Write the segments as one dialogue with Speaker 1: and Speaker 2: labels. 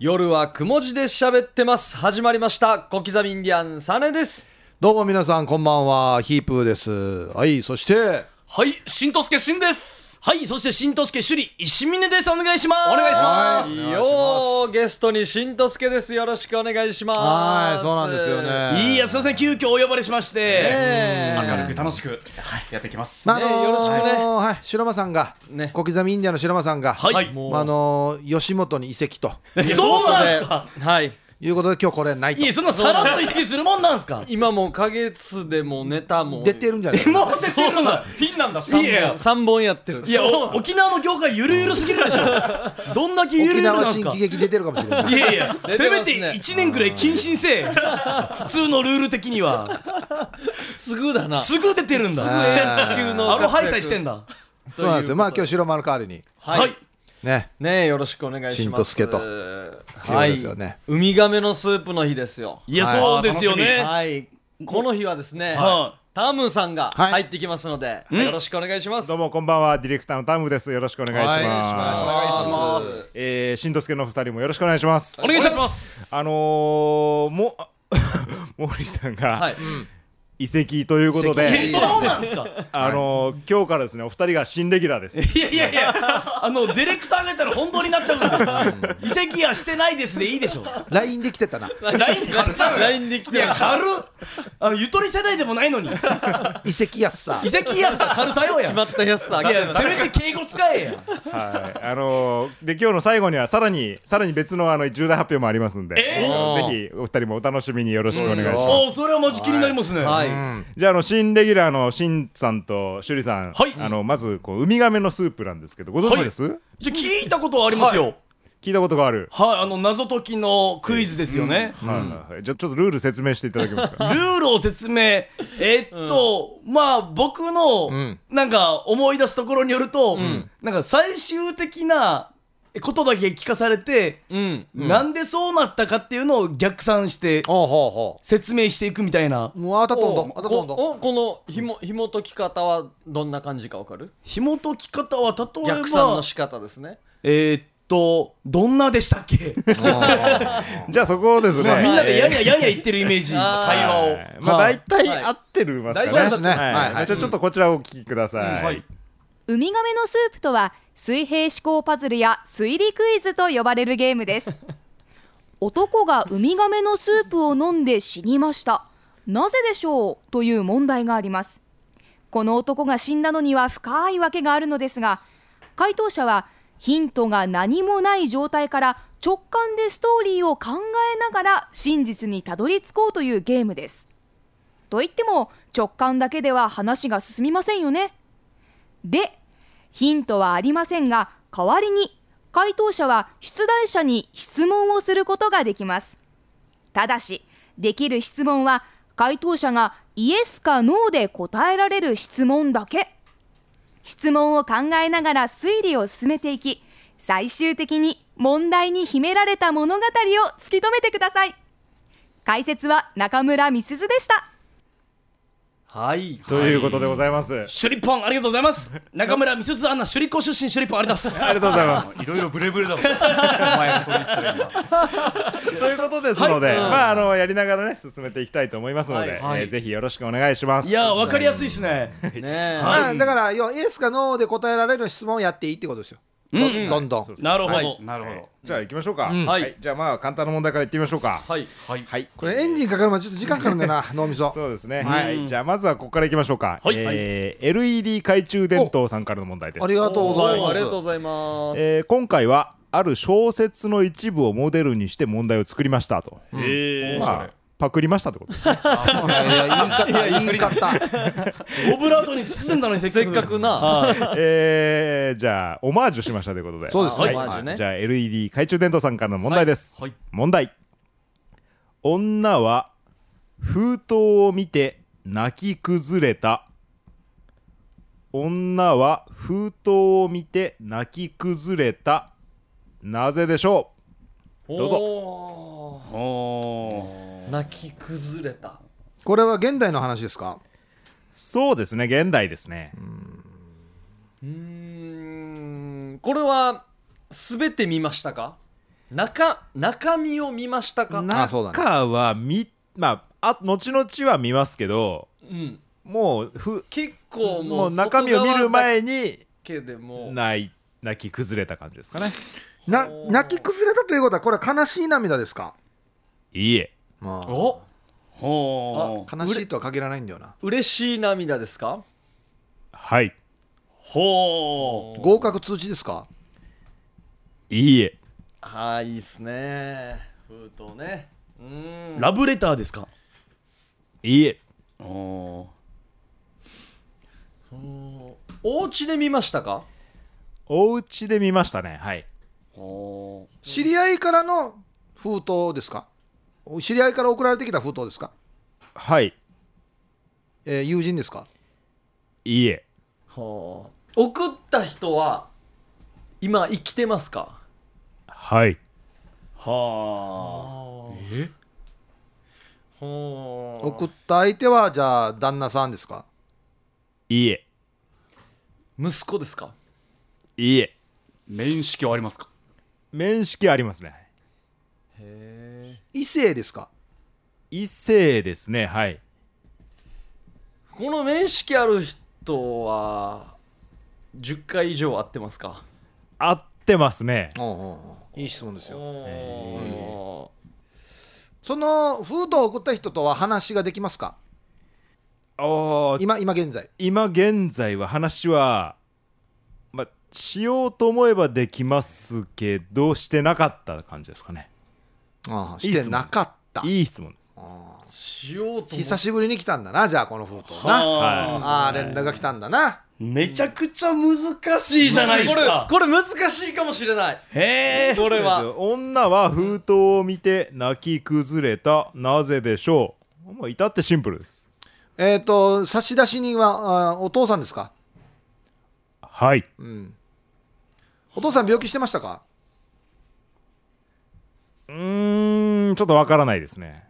Speaker 1: 夜はくも字で喋ってます。始まりました。小刻みインディアンサネです。
Speaker 2: どうも皆さんこんばんはヒープーですはいそして
Speaker 3: はい、しんとすけしんです。
Speaker 4: はい、そして新藤助首里石峰です。お願いします。
Speaker 3: お願いします。
Speaker 2: い
Speaker 1: よーゲストにしんとすけです。よろしくお願いします。
Speaker 2: はいそうなんですよ
Speaker 4: い
Speaker 2: ね
Speaker 4: いや、すいません、急遽お呼ばれしまし
Speaker 1: ね
Speaker 4: て。
Speaker 1: え
Speaker 3: 明るく楽しく、はい、やっていきます。
Speaker 2: まああの
Speaker 1: ねよろしくね
Speaker 2: ーはい白間さんが
Speaker 1: ね
Speaker 2: 小刻みインディアンの白間さんが
Speaker 4: はい
Speaker 3: はい
Speaker 1: もう
Speaker 2: まああのー吉本に移籍と
Speaker 4: そうなんですか。
Speaker 1: はい。
Speaker 2: いうことで今日これないと
Speaker 4: いや、そんなさらっと意識するもんなんすか。
Speaker 1: 今もう花月でもネタも
Speaker 2: 出てるんじゃない
Speaker 4: もう、そうなんだ。
Speaker 3: ピンなんだ。
Speaker 4: いやいや、
Speaker 1: 3本やってるんで
Speaker 4: い
Speaker 1: す
Speaker 4: や、お沖縄の業界ゆるゆるすぎるでしょ。どんだけゆる
Speaker 2: 沖
Speaker 4: ゆるなん
Speaker 2: 縄
Speaker 4: す
Speaker 2: 新
Speaker 4: か。
Speaker 2: 喜
Speaker 4: い
Speaker 2: 劇出てるかもしれない
Speaker 4: やいや、
Speaker 1: 出てますね
Speaker 4: せめて1年くらい謹慎せえ。普通のルール的には。
Speaker 1: すぐだな。
Speaker 4: すぐ出てるんだ。
Speaker 2: すぐ
Speaker 4: あ
Speaker 1: 急
Speaker 4: の、
Speaker 1: の
Speaker 4: アロハイサイしてん
Speaker 1: だ。
Speaker 4: だ。
Speaker 2: そうなんですよまあ今日白間の代わりに
Speaker 1: はい。
Speaker 2: ね
Speaker 1: ねえよろしくお願いします。
Speaker 2: しんとすけと
Speaker 1: は
Speaker 2: いうこと
Speaker 1: い
Speaker 2: ですよね。
Speaker 1: ウミガメのスープの日ですよ。
Speaker 4: いや、
Speaker 2: はい
Speaker 4: そうですよね。
Speaker 1: はい。この日はですね、
Speaker 4: は
Speaker 1: タームーさんが
Speaker 2: はい
Speaker 1: 入ってきますので、よろしくお願いします。
Speaker 5: どうもこんばんはディレクターのタムですよろしくお願いしま
Speaker 2: は
Speaker 5: す、
Speaker 2: いお願いします
Speaker 1: す。
Speaker 5: えー、しんとすけの二人もよろしくお願いします
Speaker 4: お願いします。
Speaker 5: あのー、も モーリーさん
Speaker 1: は
Speaker 5: が
Speaker 1: い。
Speaker 5: 移籍ということで、
Speaker 2: 移
Speaker 4: え、
Speaker 2: 籍
Speaker 4: そうなんすか。
Speaker 5: あのー、今日からですねお二人が新レギュラーです
Speaker 4: いやいやいや、あのディレクターがいたら本当になっちゃうん で、移籍はしてないですでいいでしょ。
Speaker 2: LINE できてたな
Speaker 4: LINE で来た
Speaker 1: LINE で来
Speaker 4: い
Speaker 1: て
Speaker 4: や、
Speaker 1: ます
Speaker 4: 軽っあのゆとり世代でもないのに、
Speaker 2: 移籍やっさ
Speaker 4: 移籍安さ軽さよや。
Speaker 1: 決
Speaker 4: い
Speaker 1: まったやつさ、
Speaker 4: や、せめて敬語使えや。
Speaker 5: はいあのー、で今日の最後にはさらにさらに別のあの重大発表もありますんで、
Speaker 4: え
Speaker 5: あのぜひお二人もお楽しみによろしくお願いします、
Speaker 4: おお、それはマジ気になりますね。
Speaker 1: は。
Speaker 4: はい
Speaker 5: じゃああの新レギュラーのしんさんとしゅりさん、
Speaker 4: はい
Speaker 5: あのまずこうウミガメのスープなんですけどご存知です、
Speaker 4: じゃあ聞いたことはありますよ。
Speaker 5: 聞いたことがある、
Speaker 4: はい、あの謎解きのクイズですよね。
Speaker 5: はいはいはいじゃあちょっとルール説明していただけますか
Speaker 4: ルールを説明、えっと、まあ、僕の、
Speaker 2: ん
Speaker 4: なんか思い出すところによると、なんか最終的なことだけ聞かされて、
Speaker 1: うん。
Speaker 4: なんでそうなったかっていうのを逆算して
Speaker 2: おうほうほ
Speaker 4: 説明していくみたいな、
Speaker 2: うもうあたとんどあたとん
Speaker 1: こ
Speaker 2: ど
Speaker 1: おこのひも紐解き方はどんな感じかわかる
Speaker 4: 紐解き方は例え
Speaker 1: 逆算
Speaker 4: ば
Speaker 1: の、仕方ですね。
Speaker 4: えーっと、どんなでしたっけ
Speaker 5: じゃあそこをですね、
Speaker 4: みんなでやんややんや言ってるイメージ、会
Speaker 1: あー
Speaker 4: 話を。
Speaker 5: はいまあ大体合ってるますかね。
Speaker 1: 大体合って
Speaker 2: ますね
Speaker 5: はい
Speaker 2: はいはい
Speaker 5: じゃあちょっとこちらをお聞きください。
Speaker 4: はい
Speaker 6: ウミガメのスープとは水平思考パズルや推理クイズと呼ばれるゲームです男がウミガメのスープを飲んで死にましたなぜでしょうという問題がありますこの男が死んだのには深い訳があるのですが回答者はヒントが何もない状態から直感でストーリーを考えながら真実にたどり着こうというゲームですといっても直感だけでは話が進みませんよねでヒントはありませんが代わりに回答者は出題者に質問をすることができますただしできる質問は回答者がイエスかノーで答えられる質問だけ質問を考えながら推理を進めていき最終的に問題に秘められた物語を突き止めてください解説は中村美鈴でした
Speaker 1: はい。
Speaker 5: ということでございます。あ
Speaker 4: シュリポンありがとうございます中村美鈴アナシュリコ出身シュリポンありがとうございます
Speaker 5: りがとうございます。
Speaker 3: いろいろブレブレだもん。お前がそう言ってる
Speaker 5: ということですので、まああのやりながらね進めていきたいと思いますので、
Speaker 1: はい
Speaker 5: えーぜひよろしくお願いします。
Speaker 4: いやーわかりやすいですね
Speaker 1: ねえ。
Speaker 4: はい
Speaker 2: まあだから要はイエスかノーで答えられる質問をやっていいってことですよどどんどん
Speaker 4: なるほど、
Speaker 3: 今。なるほど。
Speaker 5: じゃあ行きましょうか。
Speaker 1: は
Speaker 5: はいい、じゃあまあ簡単な問題からいってみましょうか。
Speaker 1: はい。
Speaker 3: はい。
Speaker 5: はい。
Speaker 2: これエンジンかかるまでちょっと時間かかるんだよな脳みそ
Speaker 5: そうですね。
Speaker 2: は
Speaker 5: はいい。じゃあまずはここから行きましょうか。
Speaker 4: はい
Speaker 5: えー LED 懐中電灯さんからの問題です。
Speaker 2: ありがとうござい
Speaker 1: おー
Speaker 2: ま
Speaker 1: あ
Speaker 2: す
Speaker 1: りがとうございます。
Speaker 5: えー今回はある小説の一部をモデルにして問題を作りましたと、
Speaker 3: ええ。
Speaker 5: まあパクりましたってこと ですね
Speaker 2: いやいや言い方言い方
Speaker 4: オブラートに包んだのにせっか
Speaker 1: せ
Speaker 4: く
Speaker 1: っかくな、
Speaker 5: えーじゃあオマージュしましたということで
Speaker 2: そうですね
Speaker 5: はい
Speaker 1: オマージュね
Speaker 5: じゃあ LED 懐中電灯さんからの問題です、
Speaker 3: はいはい
Speaker 5: 問題女は封筒を見て泣き崩れた女は封筒を見て泣き崩れたなぜでしょどうぞ
Speaker 1: ぞ。泣き崩れた。
Speaker 2: これは現代の話ですか
Speaker 5: うそうですね現代ですね、
Speaker 1: うーん。これは、すべて見ましたか中中身を見ましたか
Speaker 2: なあそうだね
Speaker 5: 中は見まああ後々は見ますけど
Speaker 1: うん、
Speaker 5: もうふ
Speaker 1: 結構もう
Speaker 5: もう中身を見る
Speaker 1: だ
Speaker 5: 前に
Speaker 1: けでもう
Speaker 5: ない泣き崩れた感じですかね
Speaker 2: な泣き崩れたということはこれは悲しい涙ですか
Speaker 5: いいえ
Speaker 2: まあ
Speaker 3: おほう
Speaker 2: 悲しいとは限らないんだよな
Speaker 1: 嬉しい涙ですか
Speaker 5: はい
Speaker 3: ほ
Speaker 2: 合格通知ですか
Speaker 5: いいえ
Speaker 1: ああいいっすね封筒ねうん
Speaker 4: ラブレターですか
Speaker 5: いいえ
Speaker 3: うお
Speaker 1: お家で見ましたか
Speaker 5: お家で見ましたねはい
Speaker 3: ほ
Speaker 2: 知り合いからの封筒ですか知り合いから送られてきた封筒ですか、
Speaker 5: はい
Speaker 2: えー友人ですか
Speaker 5: いいえ
Speaker 1: はあ送った人は今生きてますか
Speaker 5: はい
Speaker 3: は
Speaker 1: えほう
Speaker 2: 送った相手はじゃあ旦那さんですか
Speaker 5: いいえ
Speaker 1: 息子ですか
Speaker 5: いいえ
Speaker 3: 面識はありますか
Speaker 5: 面識ありますね
Speaker 1: へえ
Speaker 2: 異性ですか
Speaker 5: 異性ですねはい
Speaker 1: この面識ある人は10回以上会ってますか
Speaker 5: 合ってますね
Speaker 2: いい質問ですよ
Speaker 1: お
Speaker 2: その封筒を送った人とは話ができますか
Speaker 5: おー
Speaker 2: 今今現在
Speaker 5: 今現在は話は、まあ、しようと思えばできますけどしてなかった感じですかね
Speaker 2: してなかった
Speaker 5: いい質問です
Speaker 1: ーしようと思
Speaker 2: 久しぶりに来たんだなじゃあこの封筒な
Speaker 3: は
Speaker 2: あー連絡が来たんだな
Speaker 4: めちゃくちゃ難しいじゃないですか
Speaker 1: これこれ難しいかもしれない
Speaker 4: へえ
Speaker 1: これは
Speaker 5: 女 は封筒を見て泣き崩れたなぜでしょうもう至ってシンプルです
Speaker 2: えっ、と差出人はあーお父さんですか
Speaker 5: はい
Speaker 2: お父さん病気してましたか
Speaker 5: うーんちょっとわからないですね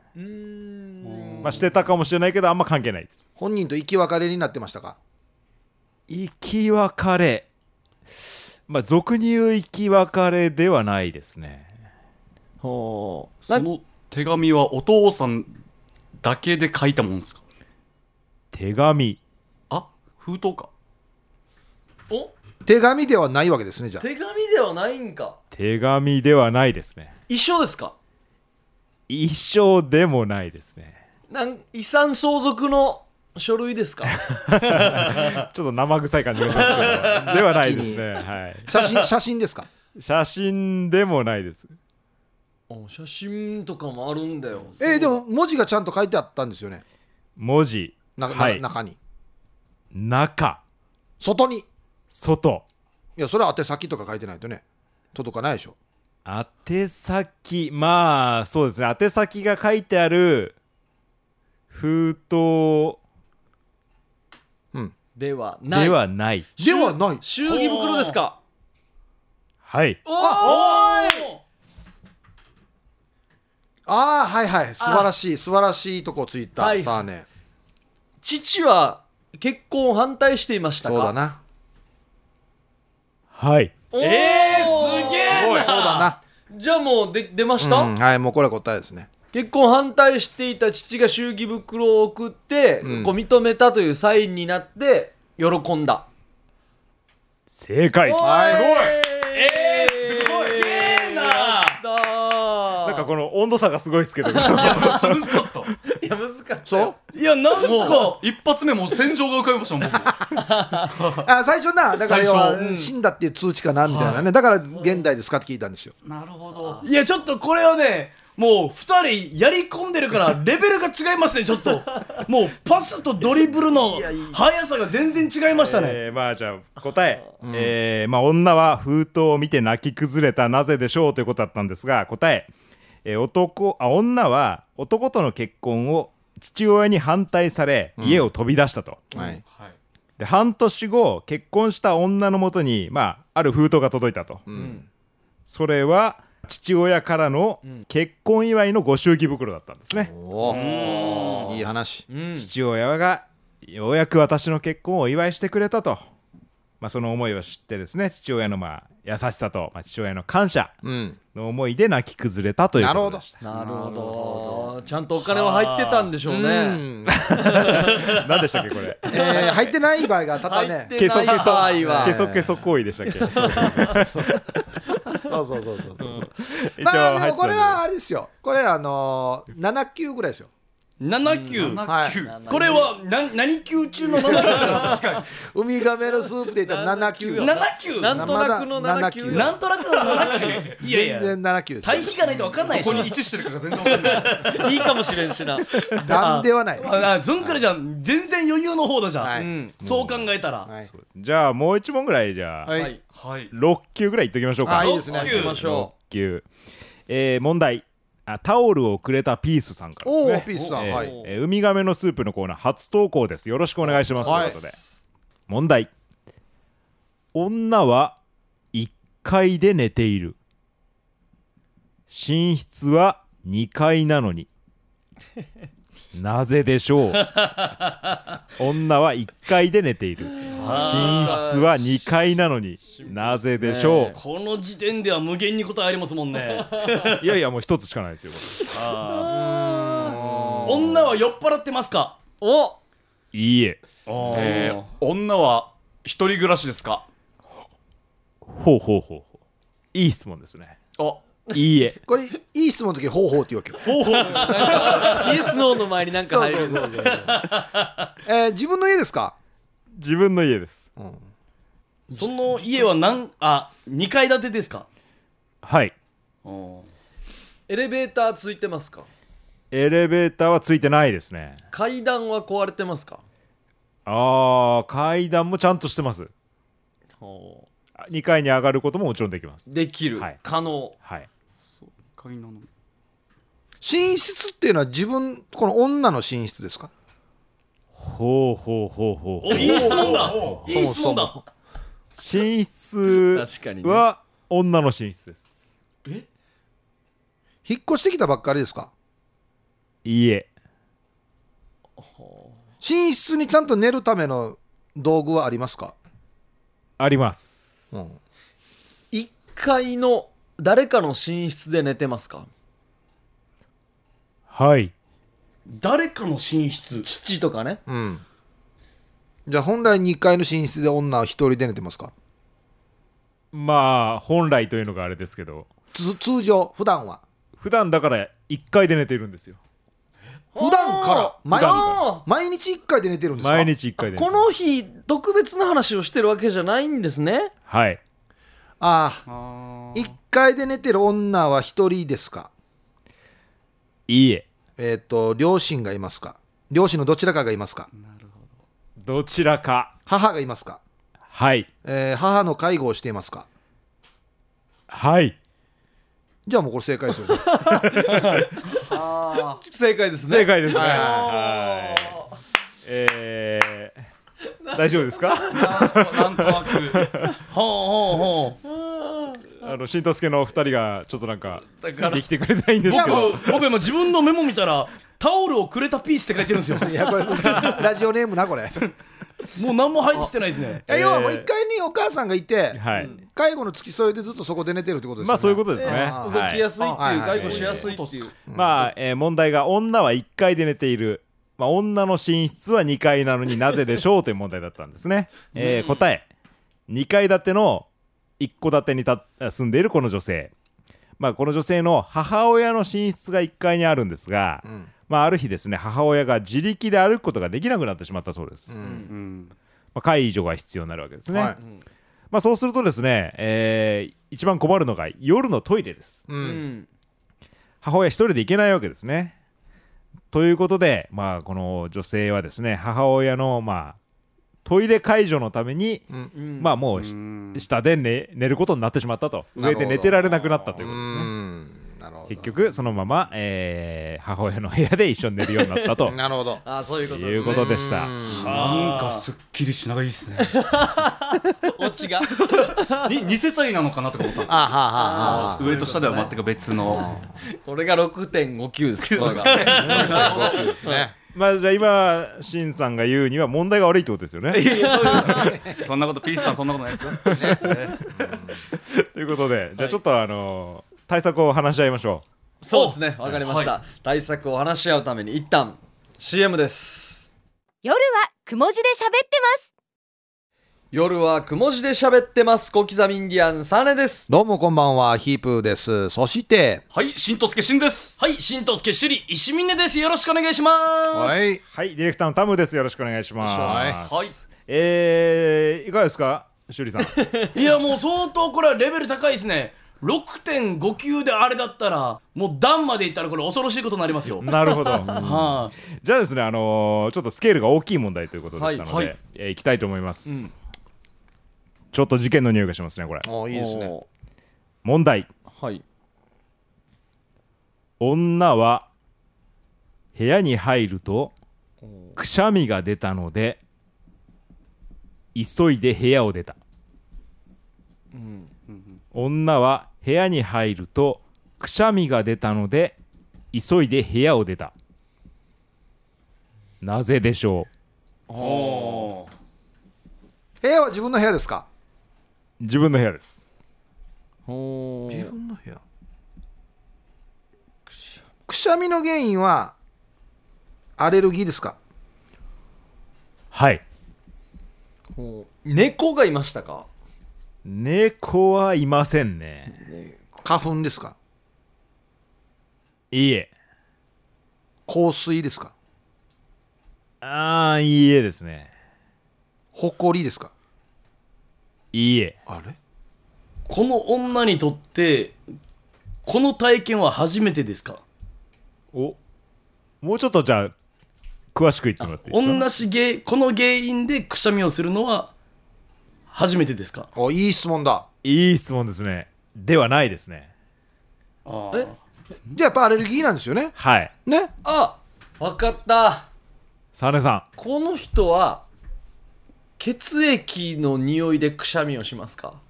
Speaker 5: まあ、してたかもしれないけどあんま関係ないです
Speaker 2: 本人と生き別れになってましたか
Speaker 5: 生き別れまあ俗に言う生き別れではないですね
Speaker 1: ほう
Speaker 3: その手紙はお父さんだけで書いたもんですか
Speaker 5: 手紙
Speaker 3: あ封筒か
Speaker 1: お
Speaker 2: 手紙ではないわけですねじゃあ
Speaker 1: 手紙ではないんか
Speaker 5: 手紙ではないですね
Speaker 1: 一緒ですか
Speaker 5: 一生でもないですね
Speaker 1: なん遺産相続の書類です か
Speaker 5: ちょっと生臭い感じがしますけどではないですねはい
Speaker 2: 写真写真ですか
Speaker 5: 写真でもないです
Speaker 1: お写真とかもあるんだよ
Speaker 2: えーでも文字がちゃんと書いてあったんですよね
Speaker 5: 文字
Speaker 2: なな
Speaker 5: はい
Speaker 2: 中に
Speaker 5: 中
Speaker 2: 外にい
Speaker 5: 外
Speaker 2: やそれは宛先とか書いてないとね届かないでしょ
Speaker 5: 宛先まあそうですね宛先が書いてある封筒
Speaker 1: ではない
Speaker 5: ではない
Speaker 2: ではない
Speaker 1: 祝儀袋ですか
Speaker 5: はい
Speaker 1: おーい
Speaker 2: ああはいはい素晴らしい素晴らしいとこついた、
Speaker 1: はい
Speaker 2: さあね
Speaker 1: 父は結婚を反対していました
Speaker 2: そ
Speaker 1: か
Speaker 2: うだな
Speaker 5: はい
Speaker 1: おー
Speaker 4: えーすげえ
Speaker 2: そうだ
Speaker 1: じゃあもうで出ました、
Speaker 2: な、うん、はいもうこれは答えですね
Speaker 1: 結婚反対していた父が祝儀袋を送って、
Speaker 2: うん
Speaker 1: こう認めたというサインになって喜んだ
Speaker 5: 正解
Speaker 1: はい
Speaker 4: えーすごいすげえな
Speaker 1: だー
Speaker 5: なんかこの温度差がすご いですけど
Speaker 3: めっちゃ難しかった
Speaker 1: いや難しかった
Speaker 2: そう
Speaker 4: いやなんか
Speaker 3: 一発目もう戦場が浮かびましたもん 僕
Speaker 2: あ最初なだから要は
Speaker 3: 最初うん
Speaker 2: 死んだっていう通知かなみたいなねだから現代ですかって聞いたんですよ
Speaker 3: なるほど
Speaker 4: いやちょっとこれはねもう2人やり込んでるからレベルが違いますねちょっともうパスとドリブルの速さが全然違いましたね
Speaker 5: えーまあじゃあ答え、えーまあ、女は封筒を見て泣き崩れたなぜでしょうということだったんですが答ええー男あ女は男との結婚を父親に反対され家を飛び出したと、
Speaker 2: はい
Speaker 3: はい
Speaker 5: で半年後結婚した女のもとに、まあ、ある封筒が届いたと、
Speaker 2: ん
Speaker 5: それは父親からの結婚祝いのご祝儀袋だったんですね、
Speaker 2: おおいい話
Speaker 1: うん
Speaker 5: 父親がようやく私の結婚をお祝いしてくれたとまあ、その思いを知ってですね父親のまあ優しさと、まあ、父親の感謝
Speaker 2: うん、
Speaker 5: の思いで泣き崩れたということでした
Speaker 1: なるほどちゃんとお金は入ってたんでしょうね
Speaker 2: うん
Speaker 5: 何でしたっけこ れ
Speaker 2: えー入ってない場合が多々
Speaker 1: 入っ
Speaker 2: ね
Speaker 1: てない場合は
Speaker 5: ケソケソ行為でしたっけ
Speaker 2: そうそうそうそうそう、
Speaker 5: 一応
Speaker 2: まあで
Speaker 5: 入っ
Speaker 2: も
Speaker 5: てた
Speaker 2: こ
Speaker 5: ん
Speaker 2: れはあれですよこれあのー、7級ぐらいですよ
Speaker 4: 7級、
Speaker 2: はい
Speaker 4: これはな何級中の7級なんですか
Speaker 2: ウミガメのスープで言ったら7級
Speaker 4: 7級
Speaker 1: な
Speaker 4: なん
Speaker 1: となくの7級
Speaker 2: な
Speaker 4: なんとなくの7級いや い
Speaker 2: 全
Speaker 4: や
Speaker 2: 然7級です
Speaker 4: 対比がないと分かんないでしょ
Speaker 3: 位置してるかが全然わかんない
Speaker 1: いいかもしれんしな、
Speaker 2: なんではないです
Speaker 4: ああずんからじゃん全然余裕の方だじゃん、
Speaker 2: は
Speaker 1: う
Speaker 2: い
Speaker 1: ん
Speaker 4: そう考えたら、
Speaker 2: はい
Speaker 5: じゃあもう一問ぐらいじゃあ、
Speaker 2: はい、
Speaker 1: はい
Speaker 3: はい
Speaker 5: 6球ぐらいいっときましょうか
Speaker 2: あいいですね
Speaker 1: 行きましょ
Speaker 5: 6球、えー問題あタオルをくれたピースさんからで
Speaker 2: お
Speaker 5: す
Speaker 2: お
Speaker 5: ね
Speaker 2: ピースさん、
Speaker 5: えー
Speaker 2: はい
Speaker 5: えーウミガメのスープのコーナー初投稿ですよろしくお願いしますと
Speaker 2: はい
Speaker 5: いうことで問題女は1階で寝ている寝室は2階なのになぜでしょ う女は1階で寝ている寝室は2階な のになぜでしょう
Speaker 4: この時点では無限に答えありますもんね
Speaker 5: いやいやもう一つしかないですよこ
Speaker 4: 女は酔っ払ってますか
Speaker 1: うお
Speaker 5: れいいえ
Speaker 3: えー女は一人暮らしですか
Speaker 5: ほうほうほうほういい質問ですね
Speaker 3: あ
Speaker 5: いいえ
Speaker 2: これいい質問の時方法って言うわけよ
Speaker 1: イエスノーの前になんか入る
Speaker 2: そうそう えー自分の家ですか
Speaker 5: 自分の家です
Speaker 4: その家は何あ2階建てですか
Speaker 5: はい
Speaker 1: エレベーターついてますか
Speaker 5: エレベーターはついてないですね
Speaker 1: 階段は壊れてますか
Speaker 5: あー階段もちゃんとしてます2階に上がることももちろんできます
Speaker 1: できる、
Speaker 5: はい
Speaker 1: 可能
Speaker 5: はい
Speaker 3: 鍵の
Speaker 2: 寝室っていうのは自分この女の寝室ですか
Speaker 5: ほうほうほうほう
Speaker 4: おいい質問だいい質問だ
Speaker 5: 寝室
Speaker 1: 確かにね
Speaker 5: は女の寝室です
Speaker 2: 引っ越してきたばっかりですか
Speaker 5: いいえ
Speaker 2: 寝室にちゃんと寝るための道具はありますか、
Speaker 5: あります
Speaker 2: うん、
Speaker 1: 1階の誰かの寝室で寝てますか
Speaker 5: はい
Speaker 4: 誰かの寝室
Speaker 1: 父とかね
Speaker 2: うん。じゃあ本来2階の寝室で女は一人で寝てますか
Speaker 5: まあ本来というのがあれですけど
Speaker 2: つ通常普段は
Speaker 5: 普段だから1階で寝てるんですよ
Speaker 2: 普段から毎日
Speaker 1: 普段
Speaker 2: 毎日1回で寝てるんですか
Speaker 5: 毎日1階で寝て
Speaker 1: こ
Speaker 5: る
Speaker 1: の日特別な話をしてるわけじゃないんですね
Speaker 5: はい
Speaker 2: ああ
Speaker 3: あ
Speaker 2: 1階で寝てる女は一人ですか
Speaker 5: いいえ
Speaker 2: えっ、と両親がいますか両親のどちらかがいますか
Speaker 5: どちらか
Speaker 2: 母がいますか、
Speaker 5: はい
Speaker 2: えー母の介護をしていますか
Speaker 5: はい
Speaker 2: じゃあもうこれ正解ですよね
Speaker 1: 正解です
Speaker 5: 正解ですね
Speaker 2: はいはい
Speaker 5: はいえー大丈夫ですか
Speaker 3: なんとなく
Speaker 4: ほうほうほう
Speaker 5: あの新之助のお二人がちょっとなんかついてきてくれないんですけ
Speaker 4: 僕
Speaker 5: ど
Speaker 4: 僕今自分のメモ見たらタオルをくれたピースって書いてるんですよ
Speaker 2: いやこれ ラジオネームなこれい
Speaker 4: もう何も入ってきてないですね
Speaker 2: や要はもう1階にお母さんがいて、
Speaker 5: はい
Speaker 2: 介護の付き添いでずっとそこで寝てるってことですよね
Speaker 5: まあそういうことですね、
Speaker 2: あ
Speaker 1: 動
Speaker 5: はい
Speaker 1: きやすいって
Speaker 2: はいいうはい
Speaker 1: 介護しやすいっていう
Speaker 5: まあ、えー問題が女は1階で寝ている、まあ、女の寝室は2階なのになぜでしょうという問題だったんですね、えー答え2階建ての1戸建てにた住んでいるこの女性、まあ、この女性の母親の寝室が1階にあるんですが、まあ、ある日ですね母親が自力で歩くことができなくなってしまったそうです、まあ、介助が必要になるわけですね、
Speaker 2: はい
Speaker 5: まあ、そうするとですね、えー一番困るのが夜のトイレです
Speaker 1: うん、
Speaker 5: 母親一人で行けないわけですね。ということで、まあ、この女性はですね母親の、まあ、トイレ介助のために、
Speaker 1: うん
Speaker 5: まあ、もうし下で寝寝ることになってしまったと
Speaker 2: なる
Speaker 5: 上
Speaker 2: ほど
Speaker 5: で寝てられなくなったという
Speaker 2: う
Speaker 5: ことですね。
Speaker 2: んなるほど
Speaker 5: 結局そのまま、えー母親の部屋で一緒に寝るようになったと
Speaker 2: なるほど
Speaker 1: ああそういうこと
Speaker 5: い
Speaker 1: で
Speaker 5: う
Speaker 1: すね
Speaker 5: ことでした。
Speaker 3: なんかすっきりしながいいですね
Speaker 1: オチが
Speaker 3: に二世帯なのかなとか思ったんですよ
Speaker 2: あははは
Speaker 3: 上と下 では全く別の
Speaker 1: これが6.59です
Speaker 2: そうだ
Speaker 1: これが
Speaker 2: ですね
Speaker 5: まあじゃあ今しんさんが言うには問題が悪いってことです よね
Speaker 3: いやいやそういうそんなことピースさんそんなことないですよ、ね
Speaker 5: ということでじゃあちょっとあのー対策を話し合いましょ
Speaker 1: そうですねわかりました、対策を話し合うために一旦 CM です
Speaker 6: 夜はくも字で喋ってます
Speaker 1: 夜はくも字で喋ってます小刻みインディアンサネです
Speaker 2: どうもこんばんは、ヒープーです。そして、
Speaker 3: はい新とすけしんです
Speaker 4: はい、新藤助首里石峰です。よろしくお願いします。
Speaker 2: はい。
Speaker 5: うはいディレクターのタムですよろしくお願いします
Speaker 3: はい
Speaker 5: えー、いかがですか修理さん
Speaker 4: いや、もう相当これはレベル高いですね。6.5級であれだったら、もう段までいったらこれ恐ろしいことになりますよ。
Speaker 5: なるほど
Speaker 4: は
Speaker 5: じゃあですねあのーちょっとスケールが大きい問題ということでしたので、
Speaker 1: はい
Speaker 5: い
Speaker 1: はい
Speaker 5: えーいきたいと思います、ちょっと事件の匂いがしますねこれ
Speaker 2: おいいですね。
Speaker 1: お
Speaker 5: 問題
Speaker 1: ーはい
Speaker 5: 女は部屋に入るとくしゃみが出たので急いで部屋を出た、女は部屋に入るとくしゃみが出たので急いで部屋を出たなぜでしょ
Speaker 2: 部屋は自分の部屋ですか
Speaker 5: う自分の部屋です
Speaker 1: おー
Speaker 2: 分の部屋くしゃみの原因は、アレルギーですか
Speaker 5: はい
Speaker 1: おー猫がいましたか
Speaker 5: 猫はいませんね
Speaker 2: 花粉ですか
Speaker 5: いいえ
Speaker 2: 香水ですか
Speaker 5: ああいいえですね
Speaker 2: ほこりですか
Speaker 5: いいえ
Speaker 2: あれ
Speaker 4: この女にとって、この体験は初めてですか
Speaker 5: おもうちょっとじゃあ詳しく言ってもらっていいですか
Speaker 4: 同じげこの原因でくしゃみをするのは初めてですか
Speaker 2: おいい質問だ。
Speaker 5: いい質問ですねではないですね
Speaker 4: あ
Speaker 1: え
Speaker 2: じゃあやっぱアレルギーなんですよね
Speaker 5: はい
Speaker 2: ね
Speaker 1: あわかった
Speaker 5: サネさ
Speaker 1: この人は血液の匂いでくしゃみをしますか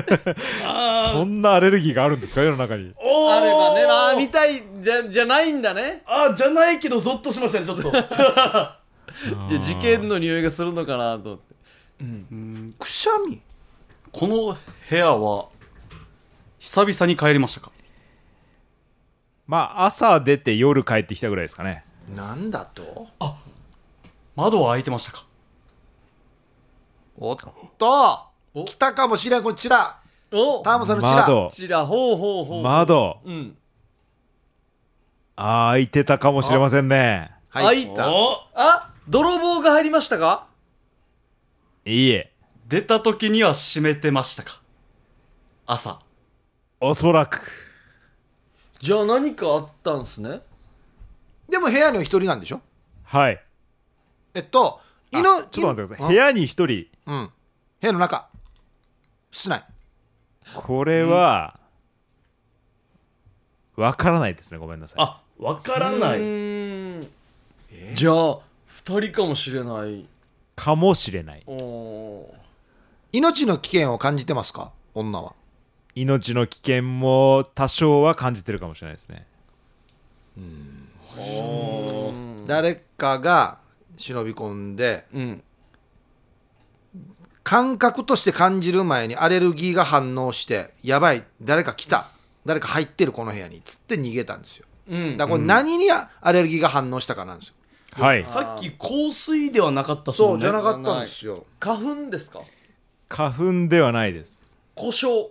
Speaker 5: んそんなアレルギーがあるんですか世の中に
Speaker 4: お
Speaker 1: あればねま
Speaker 4: あ
Speaker 1: あみたいじゃじゃないんだね
Speaker 4: あじゃないけどゾッとしましたねちょっと
Speaker 1: じゃあ事件の匂いがするのかなと思って
Speaker 2: くしゃみ
Speaker 3: この部屋は久々に帰りましたか
Speaker 5: まあ朝出て夜帰ってきたぐらいですかね
Speaker 2: なんだと
Speaker 3: 窓は開いてましたか
Speaker 2: おっと来たかもしれんこちら
Speaker 1: お
Speaker 2: タームさんのチラ
Speaker 5: 窓
Speaker 1: こちらほうほうほう
Speaker 5: 窓
Speaker 1: うん
Speaker 5: あー開いてたかもしれませんね
Speaker 1: 開いたあ泥棒が入りましたか
Speaker 5: いいえ
Speaker 3: 出た時には閉めてましたか朝
Speaker 5: おそらく
Speaker 1: じゃあ何かあったんすね
Speaker 2: でも部屋には一人なんでしょ
Speaker 5: はい
Speaker 2: えっとい
Speaker 5: あ
Speaker 2: の
Speaker 5: ちょっと待ってください部屋に一人
Speaker 2: いうん部屋の中室内
Speaker 5: これはわからないですねごめんなさい
Speaker 4: あわからな
Speaker 1: う
Speaker 4: い
Speaker 1: ーんじゃあ二人かもしれない
Speaker 5: かもしれない
Speaker 1: おー
Speaker 2: 命の危険を感じてますか女は
Speaker 5: 命の危険も多少は感じてるかもしれないですね
Speaker 2: 誰かが忍び込んで
Speaker 1: うん
Speaker 2: 感覚として感じる前にアレルギーが反応してやばい誰か来た誰か入ってるこの部屋につって逃げたんですよ
Speaker 1: うん
Speaker 2: だからこれ何にアレルギーが反応したかなんですよ
Speaker 5: はい
Speaker 4: さっき香水ではなかったっす
Speaker 2: そ
Speaker 4: もん
Speaker 2: う
Speaker 4: ね
Speaker 2: じゃなかったんですよ
Speaker 1: 花粉ですか
Speaker 5: 花粉ではないです
Speaker 1: 故障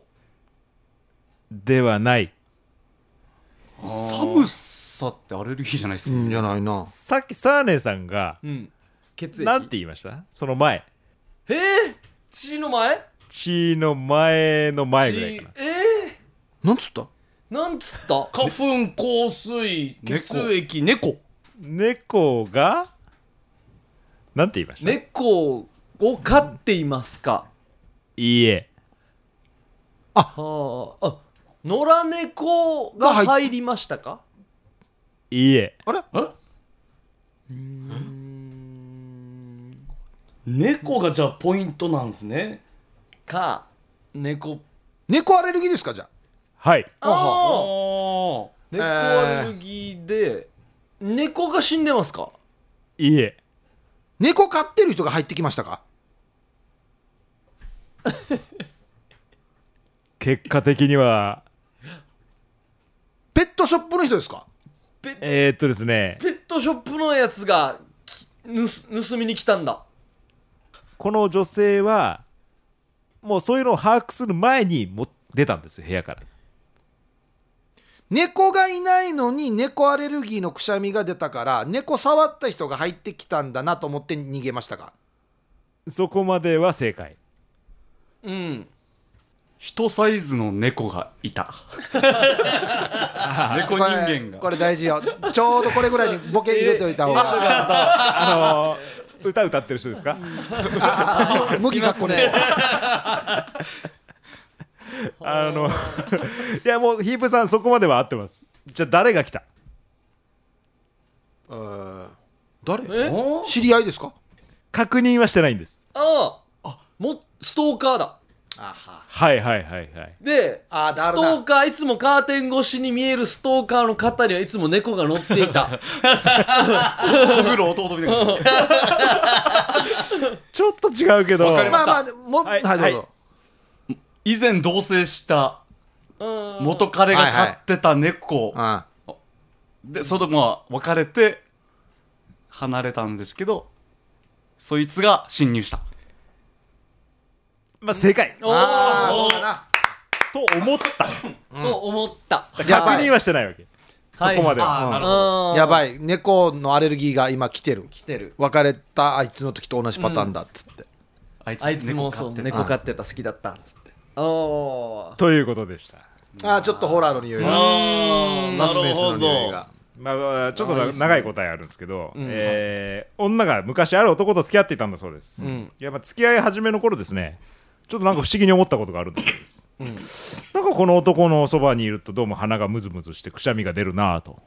Speaker 5: ではない
Speaker 3: 寒さってアレルギーじゃないです
Speaker 2: う
Speaker 3: か、
Speaker 2: んじゃないな
Speaker 5: さっきサーネさんが
Speaker 1: うん血液
Speaker 5: なんて言いましたその前
Speaker 1: えー、血の前
Speaker 5: 血の前の前ぐらいかな
Speaker 1: 血え
Speaker 2: なんつった
Speaker 1: ー、なんつ った
Speaker 4: 花粉香水血液猫
Speaker 5: 猫がなんて言いました、
Speaker 1: 猫を飼っていますか、
Speaker 5: いいえ
Speaker 1: はああ野良猫が入りましたか
Speaker 5: いいえ
Speaker 2: あれ
Speaker 4: 猫がじゃあポイントなんですね
Speaker 1: か猫
Speaker 2: 猫アレルギーですかじゃ
Speaker 5: はい
Speaker 1: あ
Speaker 4: あ
Speaker 1: 猫アレルギーで、猫が死んでますか
Speaker 5: いえ
Speaker 2: 猫飼ってる人が入ってきましたか
Speaker 5: 結果的には
Speaker 2: ペットショップの人ですか
Speaker 5: えー、っとですね
Speaker 1: ペットショップのやつがき盗盗みに来たんだ
Speaker 5: この女性はもうそういうのを把握する前にも出たんですよ部屋から
Speaker 2: 猫がいないのに猫アレルギーのくしゃみが出たから猫触った人が入ってきたんだなと思って逃げましたか
Speaker 5: そこまでは正解
Speaker 1: うん
Speaker 3: 人サイズの猫がい た猫人間
Speaker 2: こ
Speaker 3: が
Speaker 2: れこれ大事よちょうどこれぐらいにボケ入れておいた方が
Speaker 5: あのー歌歌ってる人ですか
Speaker 2: ああむ麦がこれ、
Speaker 5: あのいやもうヒープさんそこまでは合ってますじゃあ誰が来た
Speaker 2: えー誰
Speaker 1: え
Speaker 3: お
Speaker 2: 知り合いですか
Speaker 5: 確認はしてないんです
Speaker 1: あああもストーカーだ
Speaker 5: はいはいはいはい
Speaker 1: で
Speaker 2: あ
Speaker 1: ストーカーいつもカーテン越しに見えるストーカーの方にはいつも猫が乗っていた
Speaker 3: お風呂弟みたいな
Speaker 5: ちょっと違うけど
Speaker 3: わかり
Speaker 2: まあ
Speaker 3: し
Speaker 2: まあもうは
Speaker 5: はい
Speaker 2: いどうぞ、
Speaker 5: はい
Speaker 3: 以前同棲した
Speaker 1: うん
Speaker 3: 元彼が飼ってた猫、
Speaker 2: あ
Speaker 3: でそれでまあ別れて離れたんですけどそいつが侵入した
Speaker 5: まあ、正解
Speaker 1: おー
Speaker 2: あーそうだな
Speaker 5: と思った
Speaker 1: と思った
Speaker 2: や
Speaker 5: 確
Speaker 2: ばい
Speaker 5: 認はしてないわけそこまでは
Speaker 3: あーなるほど
Speaker 1: うん
Speaker 2: やばい猫のアレルギーが今来てる
Speaker 1: 来てる
Speaker 2: 別れたあいつの時と同じパターンだっつって、
Speaker 3: あいつ
Speaker 1: あいつもそう
Speaker 3: 猫飼って
Speaker 1: 猫飼ってた好きだったっつってああ
Speaker 5: ということでした
Speaker 2: ああちょっとホラーの匂いがサスペンスの匂いが
Speaker 5: まあまあ、ちょっとな長い答えあるんですけど、えー女が昔ある男と付き合っていたんだそうです、いやまあ付き合い始めの頃ですねちょっとなんか不思議に思ったことがあるんだそうです、なんかこの男のそばにいるとどうも鼻がムズムズしてくしゃみが出るなぁと、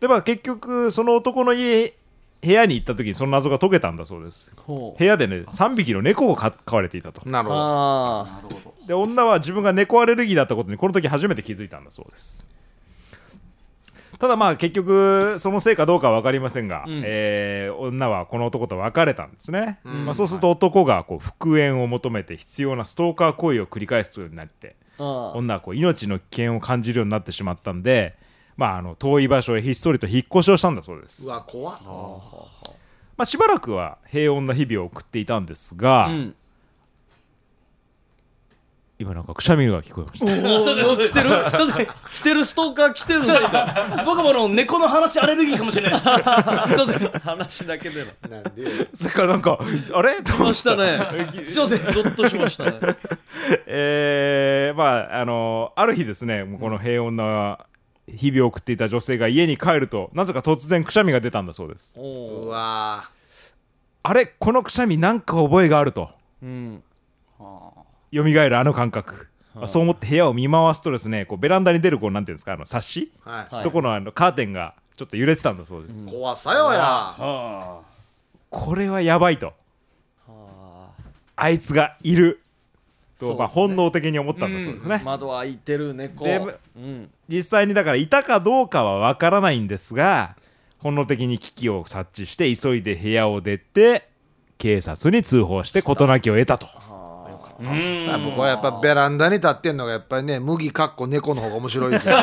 Speaker 5: でまあ結局その男の家部屋に行った時にその謎が解けたんだそうです
Speaker 1: ほう
Speaker 5: 部屋でね3匹の猫を飼飼われていたと
Speaker 2: なるほど
Speaker 1: ああ
Speaker 5: で女は自分が猫アレルギーだったことにこの時初めて気づいたんだそうですただまあ結局そのせいかどうかは分かりませんが、えー女はこの男と別れたんですね、まあ、そうすると男がこう復縁を求めて必要なストーカー行為を繰り返すようになって
Speaker 1: ああ
Speaker 5: 女はこう命の危険を感じるようになってしまったんで、まあ、あの遠い場所へひっそりと引っ越しをしたんだそうです
Speaker 2: うわ怖っ
Speaker 5: まあ、しばらくは平穏な日々を送っていたんですが、
Speaker 1: ん
Speaker 5: 今なんかくしゃみが聞こえました
Speaker 4: 来てる
Speaker 1: 来てるストーカー来てるんですか
Speaker 4: 僕もあの猫の話アレルギーかもしれないです。すいません。
Speaker 1: 話だけでな
Speaker 5: それからなんかあ れどう
Speaker 1: ましたねすいませんゾッとしましたね
Speaker 5: えーまああのある日ですねもうこの平穏な日々を送っていた女性が家に帰るとなぜか突然くしゃみが出たんだそうです
Speaker 2: う
Speaker 1: おー
Speaker 2: わ
Speaker 5: あれこのくしゃみなんか覚えがあると
Speaker 1: うん
Speaker 5: 蘇るあの感覚、そう思って部屋を見回すとですねこうベランダに出るこうなんていうんですかあのサッシ、
Speaker 2: ーはい、
Speaker 1: はい
Speaker 5: とこのあのカーテンがちょっと揺れてたんだそうです、
Speaker 2: 怖さよや
Speaker 5: これはやばいとあいつがいると、ま
Speaker 1: そ
Speaker 5: あ、
Speaker 1: うですね
Speaker 5: 本能的に思ったんだそうですね、
Speaker 1: 窓開いてる猫
Speaker 5: で
Speaker 1: うん
Speaker 5: 実際にだからいたかどうかは分からないんですが本能的に危機を察知して急いで部屋を出て警察に通報して事なきを得たと
Speaker 2: 僕はやっぱベランダに立ってんのがやっぱりね麦かっこ猫の方が面白いですよ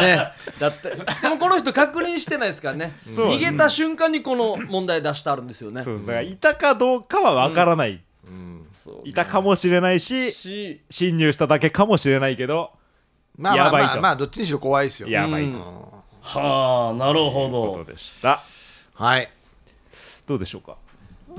Speaker 1: ねだってでもこの人確認してないですからね
Speaker 5: そう
Speaker 1: 逃げた瞬間にこの問題出してあるんですよね
Speaker 5: そうだからいたかどうかは分からない、
Speaker 1: そう
Speaker 5: いたかもしれないし
Speaker 1: し
Speaker 5: 侵入しただけかもしれないけど
Speaker 2: まあまあ
Speaker 5: やばい
Speaker 2: まあ
Speaker 5: と
Speaker 2: まあどっちにしろ怖いですよ
Speaker 5: やばいという
Speaker 4: はあ、なるほ
Speaker 5: こ と
Speaker 4: ど。
Speaker 5: でした
Speaker 2: はい
Speaker 5: どうでしょうか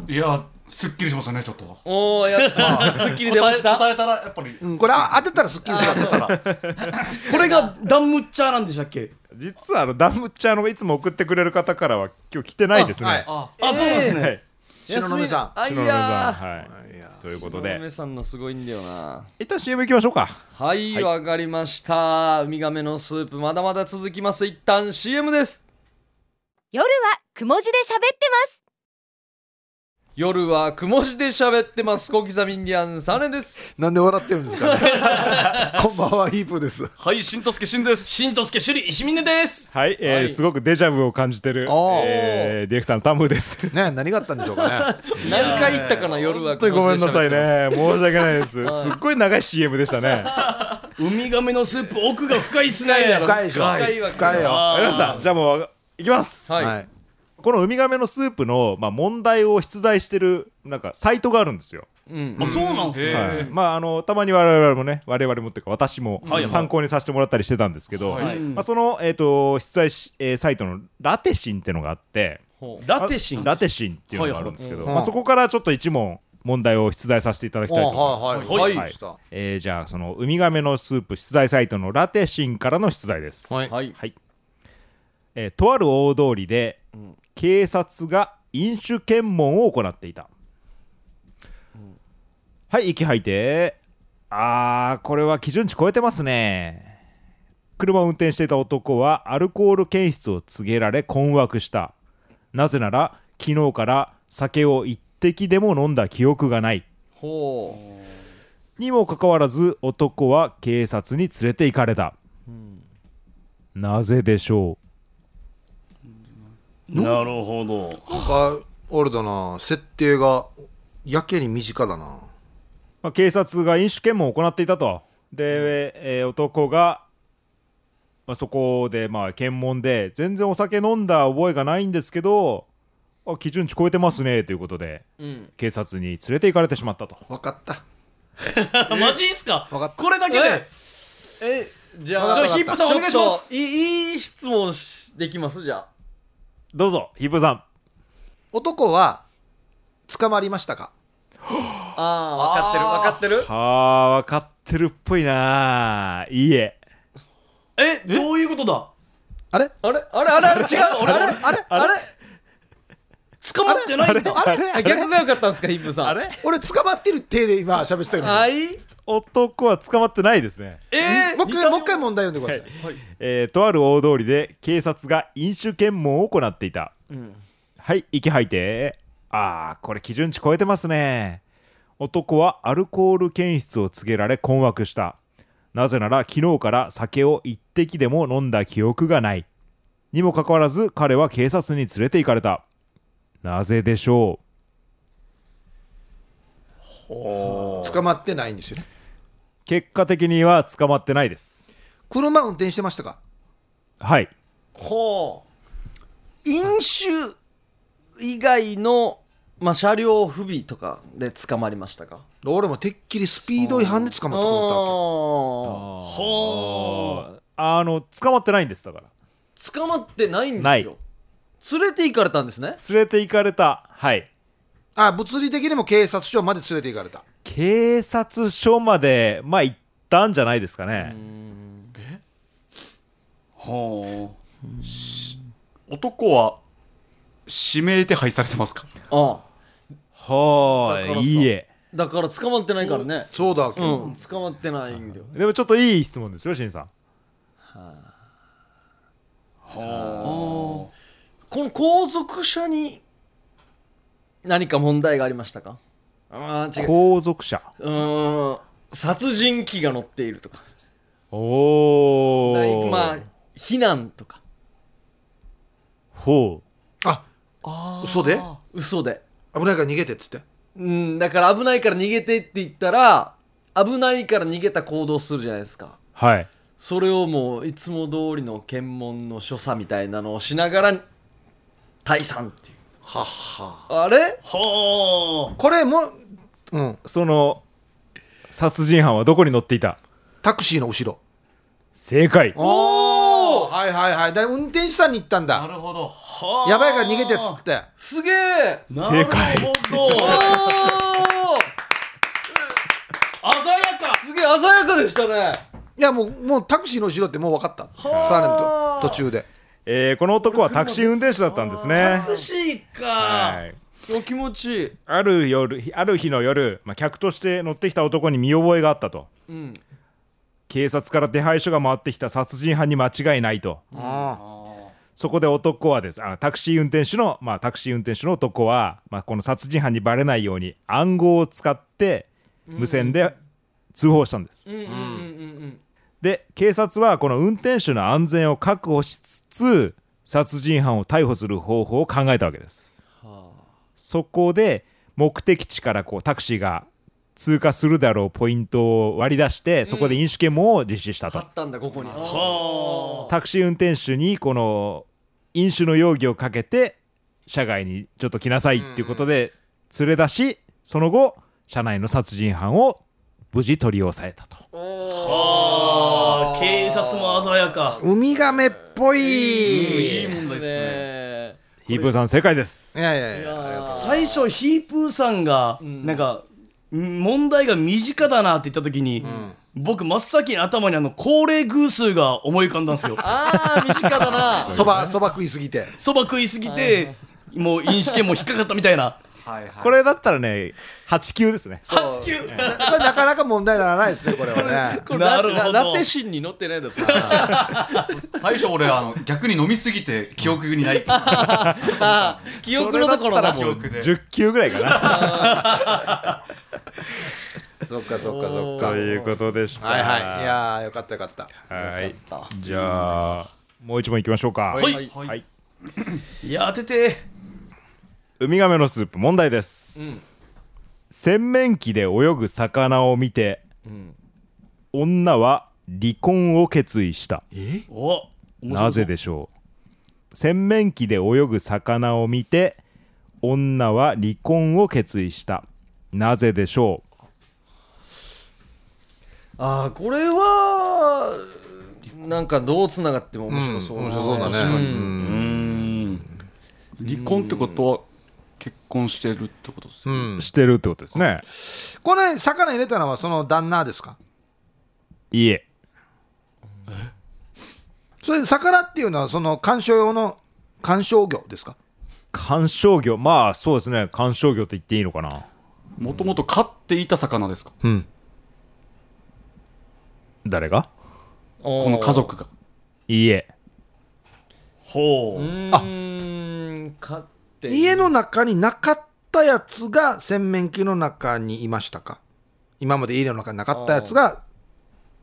Speaker 3: いやすっきりしましたねちょっと答
Speaker 1: おおやっと すっきり出ま
Speaker 3: え
Speaker 1: した
Speaker 3: 答えたらやっぱり
Speaker 2: うんこれあ当てたらすっきりする当てたら
Speaker 4: これがダンムッチャーなんでしたっけ
Speaker 5: 実はあのダムッチャーのいつも送ってくれる方からは今日来てないですね、
Speaker 2: あ
Speaker 5: は
Speaker 2: はいい
Speaker 3: あ
Speaker 4: あ、そうなんですね。
Speaker 2: 白の目さん
Speaker 1: あい
Speaker 5: 篠宮さん
Speaker 1: や
Speaker 5: はい
Speaker 2: いや
Speaker 5: というこ
Speaker 1: ー
Speaker 5: と
Speaker 1: 白の目
Speaker 5: で
Speaker 1: さんのすごいんだよな
Speaker 5: 一旦 CM 行きましょうか
Speaker 1: はいわ、かりましたウミガメのスープまだまだ続きます一旦 CM です
Speaker 6: 夜はくも字で喋ってます
Speaker 1: 夜はくも字で喋ってます小刻みインディアンサネです
Speaker 2: なんで笑ってるんですか、ね、こんばんはヒープです
Speaker 3: はい、しんとすけしんです。
Speaker 4: しんとすけ首里石峰です
Speaker 5: はい、えーすごくデジャブを感じてる、
Speaker 2: ー
Speaker 5: えーディレクターのタムです。
Speaker 2: ね何があったんでしょうかね
Speaker 1: 何回言ったかな夜は
Speaker 5: 本当にごめんなさい
Speaker 1: くも字で喋ってます
Speaker 5: ね。申し訳ないです。すっごい長い CM でしたね。わか
Speaker 4: ウミガメのスープ奥が深いっすね
Speaker 2: 深いでしょ
Speaker 1: 深いわ
Speaker 2: 深いよは
Speaker 5: りました。じゃあもう、いきます。
Speaker 1: はい
Speaker 2: い
Speaker 5: このウミガメのスープの、まあ、問題を出題してる、なんか、サイトがあるんですよ。
Speaker 1: うん
Speaker 4: あそうなんすね
Speaker 5: はい、まああのたまに我々もね我々もっていうか私も
Speaker 4: はいはい
Speaker 5: 参考にさせてもらったりしてたんですけど、
Speaker 1: はい
Speaker 5: まあ、その、えー、と出題し、えーサイトのラテシンっていうのがあって
Speaker 1: ほう
Speaker 4: ラテシン
Speaker 5: ラテシンっていうのがあるんですけど、
Speaker 2: はいはい
Speaker 5: まあ、そこからちょっと一問問題を出題させていただきたいと思いま
Speaker 2: はい
Speaker 5: す、
Speaker 2: はいはい
Speaker 5: はい
Speaker 2: はいは
Speaker 5: えーじゃあそのウミガメのスープ出題サイトのラテシンからの出題です、
Speaker 2: いはい
Speaker 1: はい
Speaker 5: はいえーとある大通りで、警察が飲酒検問を行っていた、はい息吐いてあーこれは基準値超えてますね車を運転していた男はアルコール検出を告げられ困惑したなぜなら昨日から酒を一滴でも飲んだ記憶がない
Speaker 1: ほ
Speaker 5: にもかかわらず男は警察に連れて行かれた、なぜでしょ
Speaker 4: なるほど
Speaker 2: なんかあれだな設定がやけに身近だな
Speaker 5: う、まあ、警察が飲酒検問を行っていたとで、えー男が、まあ、そこでまあ検問で全然お酒飲んだ覚えがないんですけどあ基準値超えてますねということで
Speaker 1: ううん
Speaker 5: 警察に連れて行かれてしまったと
Speaker 2: 分かった
Speaker 4: あ マジっすか
Speaker 2: わかった
Speaker 4: これだけで
Speaker 1: ええじゃ
Speaker 2: わ
Speaker 1: あ
Speaker 2: かった
Speaker 1: じゃあ
Speaker 2: わか
Speaker 1: ちょっと
Speaker 2: った
Speaker 4: お願いします
Speaker 1: いいいい質問しできますじゃあ
Speaker 5: どうぞヒップさん
Speaker 2: 男は捕まりましたか
Speaker 1: ああ分かってる分かってる
Speaker 5: はあ分かってるっぽいないいえ
Speaker 4: えどういうことだ
Speaker 2: あれ
Speaker 1: あれあれあれあれ違うあれあれあれ
Speaker 4: 捕まってないんだ
Speaker 2: あれあ
Speaker 1: あ
Speaker 2: れ
Speaker 1: 逆が良かったんですかヒップさん
Speaker 5: あれ
Speaker 2: 俺捕まってる手で今喋ってたけど
Speaker 1: はい
Speaker 5: 男は捕まってないですね
Speaker 4: えー
Speaker 2: もう一回もう一回問題読んでください、
Speaker 5: えーとある大通りで警察が飲酒検問を行っていた、はい息吐いてあーこれ基準値超えてますね男はアルコール検出を告げられ困惑したなぜなら昨日から酒を一滴でも飲んだ記憶がないにもかかわらず彼は警察に連れて行かれたなぜでしょ
Speaker 2: 捕まってないんですよね
Speaker 5: う結果的には捕まってないです
Speaker 2: 車運転してましたか
Speaker 5: はい
Speaker 1: ほう飲酒以外の、まあ、車両不備とかで捕まりましたか
Speaker 2: 俺もてっきりスピード違反で捕まったと思っ
Speaker 1: あ
Speaker 2: たわ
Speaker 4: ほ
Speaker 5: あの捕まってないんですだから
Speaker 1: ー捕まってないん
Speaker 5: な
Speaker 1: で
Speaker 5: い
Speaker 1: すよ連れて行かれたんですね
Speaker 5: 連れて行かれたはい
Speaker 2: けあ物理的にも警察署まで連れて行かれた
Speaker 5: 警察署までまあ行ったんじゃないですかね
Speaker 3: はあ。男は指名手配されてますか。
Speaker 1: ああだ
Speaker 5: はあ
Speaker 1: からさ
Speaker 5: いいえ
Speaker 1: だから捕まってないからね
Speaker 2: そうだわけ
Speaker 1: う
Speaker 2: ど、
Speaker 1: ん捕まってないんだよ
Speaker 5: でもちょっといい質問ですよしんさん
Speaker 3: は
Speaker 1: この後続車に何か問題がありましたかああ違う
Speaker 5: 後続者
Speaker 1: うーん殺人鬼が乗っているとか
Speaker 5: おお
Speaker 1: まあ避難とか
Speaker 5: ほう
Speaker 2: あ嘘で
Speaker 1: 嘘で
Speaker 2: 危ないから逃げてっつって
Speaker 1: うん、だから危ないから逃げてって言ったら危ないから逃げた行動するじゃないですか
Speaker 5: はい
Speaker 1: それをもういつも通りの検問の所作みたいなのをしながら退散っていう
Speaker 2: はっは
Speaker 1: あれ
Speaker 4: ほ
Speaker 2: これもうん
Speaker 5: その殺人犯はどこに乗っていた
Speaker 2: タクシーの後ろ
Speaker 5: 正解
Speaker 2: おおはいはいはいだ運転手さんに行ったん
Speaker 3: あ。
Speaker 2: だ
Speaker 3: なるほど。
Speaker 4: ー
Speaker 2: やばいから逃げてっつって
Speaker 1: すげえ
Speaker 4: な
Speaker 5: 正解
Speaker 4: る ほど鮮
Speaker 1: お
Speaker 4: や
Speaker 1: ー
Speaker 4: か
Speaker 1: すげえ鮮やかでしたね
Speaker 2: いやもうもうタクシーの後ろってもう分かった
Speaker 1: あ
Speaker 2: サーネムと途中で
Speaker 5: えーこの男はタクシー運転手だったんですね
Speaker 4: タクシーか、
Speaker 5: はい
Speaker 1: お気持ちいい
Speaker 5: ある夜ある日の夜、まあ、客として乗ってきた男に見覚えがあったと
Speaker 1: うん
Speaker 5: 警察から手配書が回ってきた殺人犯に間違いないと
Speaker 2: あ
Speaker 5: そこで男はですあタクシー運転手の、まあ、タクシー運転手の男は、まあ、この殺人犯にバレないように暗号を使って無線で通報したんです、
Speaker 1: うんうんうん
Speaker 5: で警察はこの運転手の安全を確保しつつ殺人犯を逮捕する方法を考えたわけです、そこで目的地からこうタクシーが通過するだろうポイントを割り出してそこで飲酒検問を実施したと、
Speaker 1: あったんだここに
Speaker 4: は
Speaker 5: タクシー運転手にこの飲酒の容疑をかけて車外にちょっと来なさいっていうことで連れ出しその後車内の殺人犯を無事取り押さえたと
Speaker 4: あ警察も鮮やか
Speaker 2: ウミガメっぽい、
Speaker 3: いい問題ですね
Speaker 1: ね
Speaker 5: ヒープーさん正解です
Speaker 2: いやいやいや
Speaker 4: 最初ヒープーさんがなんか問題が身近だなって言った時に、僕真っ先に頭にあの高齢偶数が思い浮かんだんですよ
Speaker 1: ああ身近だな
Speaker 2: そばそば食いすぎて
Speaker 4: そば食いすぎてもう飲酒券も引っかかったみたいな
Speaker 3: はいはい
Speaker 5: これだったらね89ですね
Speaker 4: 8
Speaker 2: な
Speaker 4: 級
Speaker 2: これなかなか問題にならないですねこれはね
Speaker 1: これ
Speaker 4: なるほど
Speaker 1: ななって芯に乗ってないですか
Speaker 3: 最初俺あの逆に飲みすぎて記憶にない
Speaker 1: あー 記憶のところだ
Speaker 3: それだったらもう記憶で
Speaker 5: 10級ぐらいかな
Speaker 2: そっかそっか そっか
Speaker 5: ということでした
Speaker 2: はいはいいやーよかったよかった
Speaker 5: はいじゃあもう一問いきましょうか
Speaker 4: ほい、
Speaker 3: はい
Speaker 5: はい
Speaker 4: いや当てて
Speaker 5: ウミガメのスープ問題です、洗面器で泳ぐ魚を見て、女は離婚を決意した
Speaker 4: お
Speaker 5: なぜでしょう洗面器で泳ぐ魚を見て女は離婚を決意したなぜでしょ
Speaker 1: ああこれはなんかどうつながっても面白そう
Speaker 2: 面白そうだね
Speaker 3: うーん離婚ってことは結婚してるってことですね
Speaker 5: うしてるってことですね
Speaker 2: この魚入れたのはその旦那ですか
Speaker 5: いいえ
Speaker 2: それ魚っていうのはその観賞用の観賞魚ですか
Speaker 5: 観賞魚まあそうですね観賞魚と言っていいのかな
Speaker 3: もともと飼っていた魚ですか
Speaker 2: うん
Speaker 5: 誰が
Speaker 1: こ
Speaker 3: この家族が
Speaker 5: いいえ
Speaker 4: ほう
Speaker 2: あ
Speaker 1: 買って
Speaker 2: 家の中になかったやつが洗面器の中にいましたか今まで家の中になかったやつが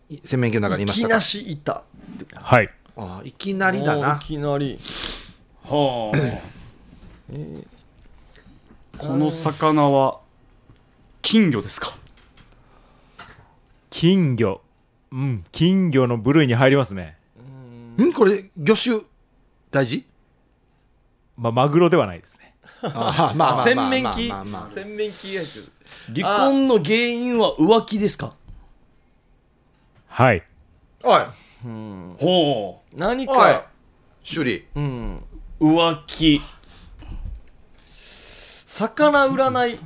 Speaker 2: い洗面器の中にいま
Speaker 1: い
Speaker 2: し
Speaker 1: き
Speaker 2: た
Speaker 1: な
Speaker 2: か
Speaker 1: しいた
Speaker 5: はい
Speaker 2: あいきなりだ
Speaker 1: おーい
Speaker 2: な
Speaker 1: きなり
Speaker 4: ほう
Speaker 3: この魚は金魚ですか
Speaker 5: 金魚うん金魚の部類に入りますね
Speaker 2: んこれ魚種大事
Speaker 5: まあマグロではないですね
Speaker 2: あーまあまあまあまあ
Speaker 1: 洗面器
Speaker 2: まあまあまあ
Speaker 1: 洗面器やつ
Speaker 4: 離婚の原因は浮気ですか
Speaker 5: はい
Speaker 2: おい
Speaker 4: ほ
Speaker 1: 何
Speaker 2: おい
Speaker 1: か
Speaker 2: 修理
Speaker 1: うん
Speaker 4: う浮気
Speaker 1: 魚占い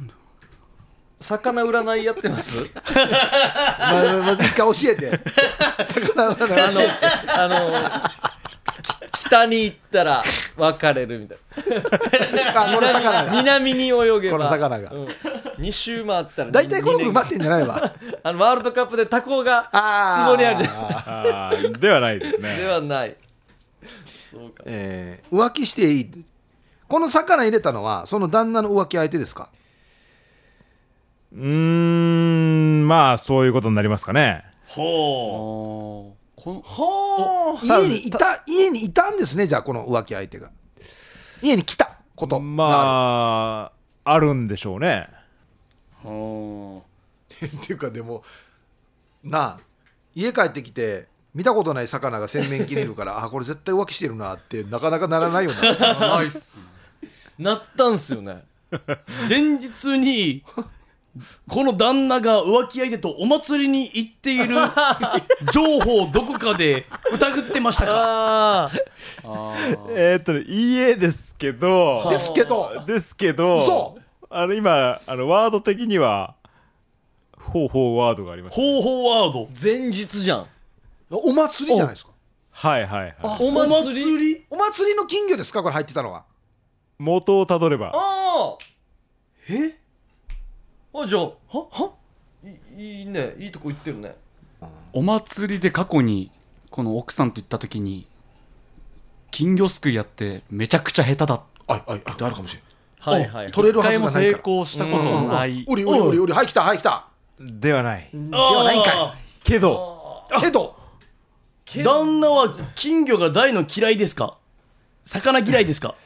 Speaker 1: 魚占いやってます
Speaker 2: まあまあまあ一回教え て魚の
Speaker 1: あのあのき北に行ったら別れるみたい
Speaker 2: あこの魚
Speaker 1: な
Speaker 2: が
Speaker 1: 南に泳げば
Speaker 2: この魚が
Speaker 1: うん、2周回ったら
Speaker 2: 大体ゴルフ
Speaker 1: 二
Speaker 2: 待ってんじゃないわ
Speaker 1: 年あのワールドカップでタコが
Speaker 2: あー
Speaker 1: 壺にあるじゃないで
Speaker 5: あーではないですね
Speaker 1: ではないそうか
Speaker 2: えー浮気していいこの魚入れたのはその旦那の浮気相手ですか
Speaker 5: うーんまあそういうことになりますかね
Speaker 4: ほう
Speaker 3: この
Speaker 1: はあ
Speaker 2: 家にいた家にいたんですねじゃあこの浮気相手が家に来たことあ
Speaker 5: まああるんでしょうね
Speaker 2: るっていうかでもなあ家帰ってきて見たことない魚が洗面器にいるから あこれ絶対浮気してるなってなかなかならないよ な
Speaker 3: ないっすね
Speaker 1: なったんすよね
Speaker 4: 前日にこの旦那が浮気相手とお祭りに行ってい る情報をどこかで疑ってましたか
Speaker 1: あ
Speaker 5: えーっと家ですけど
Speaker 2: ですけど
Speaker 5: ですけど
Speaker 2: 嘘
Speaker 5: あの今あのワード的には方法ワードがありました
Speaker 4: 方法ワード
Speaker 1: 前日じゃん
Speaker 2: お祭りじゃないですか
Speaker 5: はいはいはい
Speaker 1: お祭り
Speaker 4: り
Speaker 2: お祭りの金魚ですかこれ入ってたのは
Speaker 5: 元をたどれば
Speaker 1: あ
Speaker 4: え
Speaker 1: ああじゃあははいいいねいいとこ行ってるね
Speaker 3: お祭りで過去にこの奥さんと行った時に金魚すくいやってめちゃくちゃ下手だっ
Speaker 2: あいあいあいあるかもしれん
Speaker 1: はいはい
Speaker 2: 取れるは
Speaker 3: 一
Speaker 2: ずが
Speaker 3: 回も
Speaker 2: ない
Speaker 3: 成
Speaker 2: から
Speaker 3: 功したことのない
Speaker 2: おりおりおりおりはい来たはい来た
Speaker 5: ではない
Speaker 4: ではないか
Speaker 5: けど
Speaker 2: けど
Speaker 4: い旦那は金魚が大の嫌いですか魚嫌いです か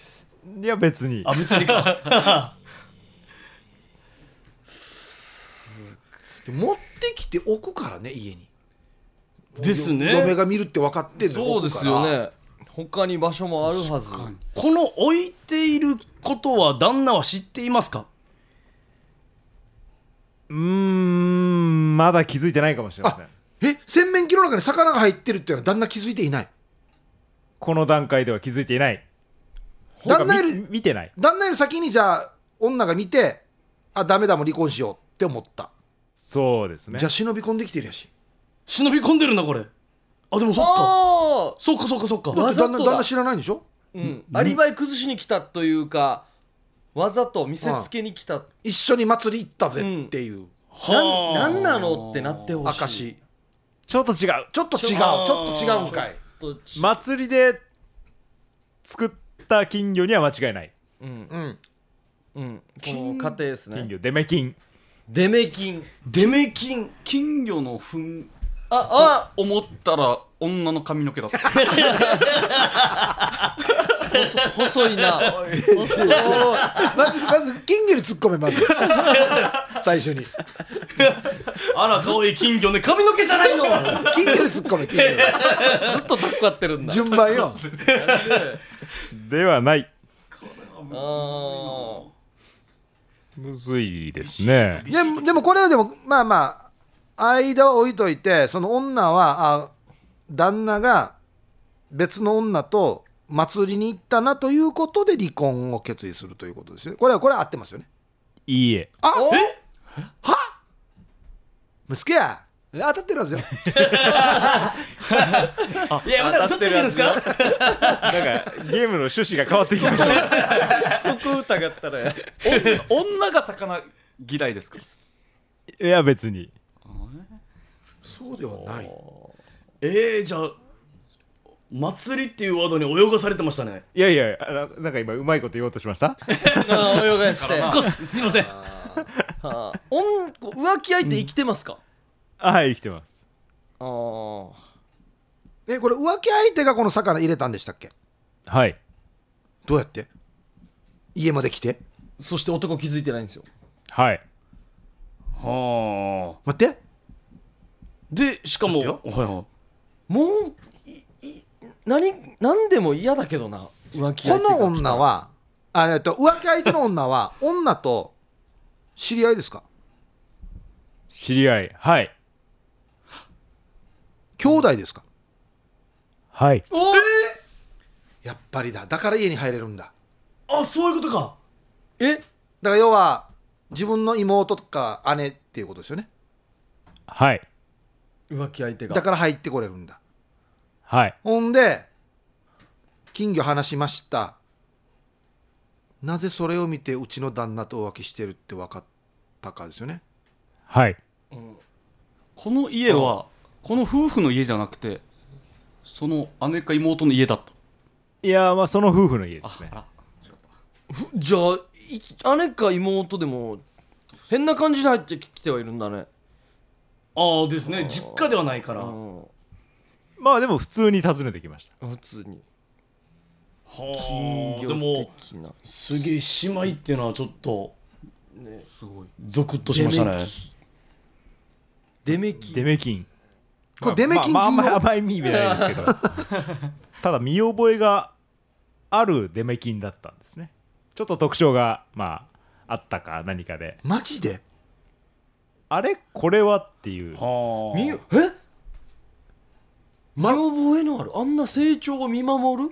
Speaker 5: いや別に
Speaker 4: あ別にか
Speaker 2: 持ってきておくからね家に
Speaker 4: ですね
Speaker 2: 嫁が見るって分かってんの
Speaker 1: そうですよね他に場所もあるはず
Speaker 4: この置いていることは旦那は知っていますか
Speaker 5: うーんまだ気づいてないかもしれません
Speaker 2: え洗面器の中に魚が入ってるっていうのは旦那気づいていない
Speaker 5: この段階では気づいていない
Speaker 2: 旦那よ
Speaker 5: とか
Speaker 2: り
Speaker 5: 見見てない
Speaker 2: 旦那より先にじゃあ女が見てあダメだもう離婚しようって思った、
Speaker 5: そうですね
Speaker 2: じゃあ忍び込んできてるやし
Speaker 4: 忍び込んでるなこれあでもそっか
Speaker 1: ああ
Speaker 4: そっかそっかそっか
Speaker 2: だ
Speaker 1: わ
Speaker 2: って
Speaker 1: ざと
Speaker 2: 旦
Speaker 1: だ
Speaker 2: 那旦那知らないんでしょ
Speaker 1: うんアリバイ崩しに来たというかわざと見せつけに来た
Speaker 2: 一緒に祭り行ったぜっていう
Speaker 1: なん
Speaker 4: はあ
Speaker 1: なんなのってなってほしい
Speaker 2: 証、
Speaker 5: ちょっと違う
Speaker 2: ちょっと違うち
Speaker 4: あー
Speaker 2: ょっと違うんかい
Speaker 1: とち
Speaker 5: 祭りで作った金魚には間違いない
Speaker 1: うん
Speaker 2: うん
Speaker 1: うんこの家庭です
Speaker 5: 金
Speaker 1: ね
Speaker 5: 魚デメ金
Speaker 1: デメ金
Speaker 4: デメ金
Speaker 3: 金魚の糞
Speaker 1: あ
Speaker 3: 思ったら女の髪の毛だった
Speaker 1: あ細細いな細い
Speaker 2: まずまず金魚に突っ込めまず最初に
Speaker 4: あら可愛い金魚ね髪 の毛じゃないの
Speaker 2: 金魚に突っ込め金魚に
Speaker 1: ずっとタッやってるんだ
Speaker 2: 順番よ
Speaker 5: ではない
Speaker 1: あ
Speaker 5: むずいですね
Speaker 2: でもでもこれはでもまあまあ間を置いといてその女はあ旦那が別の女と祭りに行ったなということで離婚を決意するということですよねこれはこれは合ってますよね
Speaker 5: いいえ
Speaker 2: あ
Speaker 1: お
Speaker 2: えは息子や当たってるはずよ
Speaker 4: いやまだ嘘ついてるんですか
Speaker 5: なんかゲームの趣旨が変わってきま した
Speaker 1: あここ疑ったらや
Speaker 3: 女が魚嫌いですか
Speaker 5: いや別に
Speaker 2: そうではない
Speaker 4: えー、じゃあ祭りっていうワードに泳がされてましたね
Speaker 5: いやいやあななんか今うまいこと言おうとしま した
Speaker 1: あ泳がして
Speaker 4: 少しすいません
Speaker 1: はあおん浮気相手生きてますか、
Speaker 5: はい生きてます
Speaker 1: ああ
Speaker 2: えこれ浮気相手がこの魚入れたんでしたっけ
Speaker 5: はい
Speaker 2: どうやって家まで来て
Speaker 1: そして男気づいてないんですよ
Speaker 5: はい
Speaker 4: はあ
Speaker 2: 待って
Speaker 4: でしかも
Speaker 2: 待っ
Speaker 4: はいはい
Speaker 1: もういい何何でも嫌だけどな浮気
Speaker 2: こ
Speaker 1: 相手が
Speaker 2: の女はあえっと浮気相手の女は 女と知り合いですか
Speaker 5: 知り合いはい
Speaker 2: 兄弟ですか
Speaker 5: はい
Speaker 2: やっぱりだだから家に入れるんだ
Speaker 4: あそういうことか
Speaker 1: え
Speaker 2: だから要は自分の妹とか姉っていうことですよね
Speaker 5: はい
Speaker 1: 浮気相手が
Speaker 2: だから入ってこれるんだ
Speaker 5: はい
Speaker 2: ほんで金魚話しましたなぜそれを見てうちの旦那と浮気してるって分かったかですよね
Speaker 5: はい
Speaker 3: この家はこの夫婦の家じゃなくてその姉か妹の家だった
Speaker 5: いやまあその夫婦の家で
Speaker 3: あ
Speaker 5: すね
Speaker 3: あら
Speaker 1: ふじゃあい姉か妹でも変な感じで入ってきてはいるんだね
Speaker 4: ああですね実家ではないから
Speaker 1: うん
Speaker 5: まあでも普通に訪ねてきました
Speaker 1: 普通に
Speaker 4: 金
Speaker 1: 業
Speaker 4: でも
Speaker 1: 的な
Speaker 4: すげえ姉妹っていうのはちょっと
Speaker 3: すごい
Speaker 4: ゾクッとしましたね
Speaker 1: デメキ
Speaker 5: デメ金
Speaker 2: これデメキン
Speaker 5: まあ、まあ、あんまり
Speaker 2: 金
Speaker 5: 甘い意味ないですけ どただ見覚えがあるデメキンだったんですねちょっと特徴がまああったか何かで
Speaker 2: マジで
Speaker 5: あれこれはっていう
Speaker 4: は
Speaker 1: 見よ
Speaker 4: あ
Speaker 1: え
Speaker 2: ま
Speaker 1: 見覚えのあるあんな成長を見守る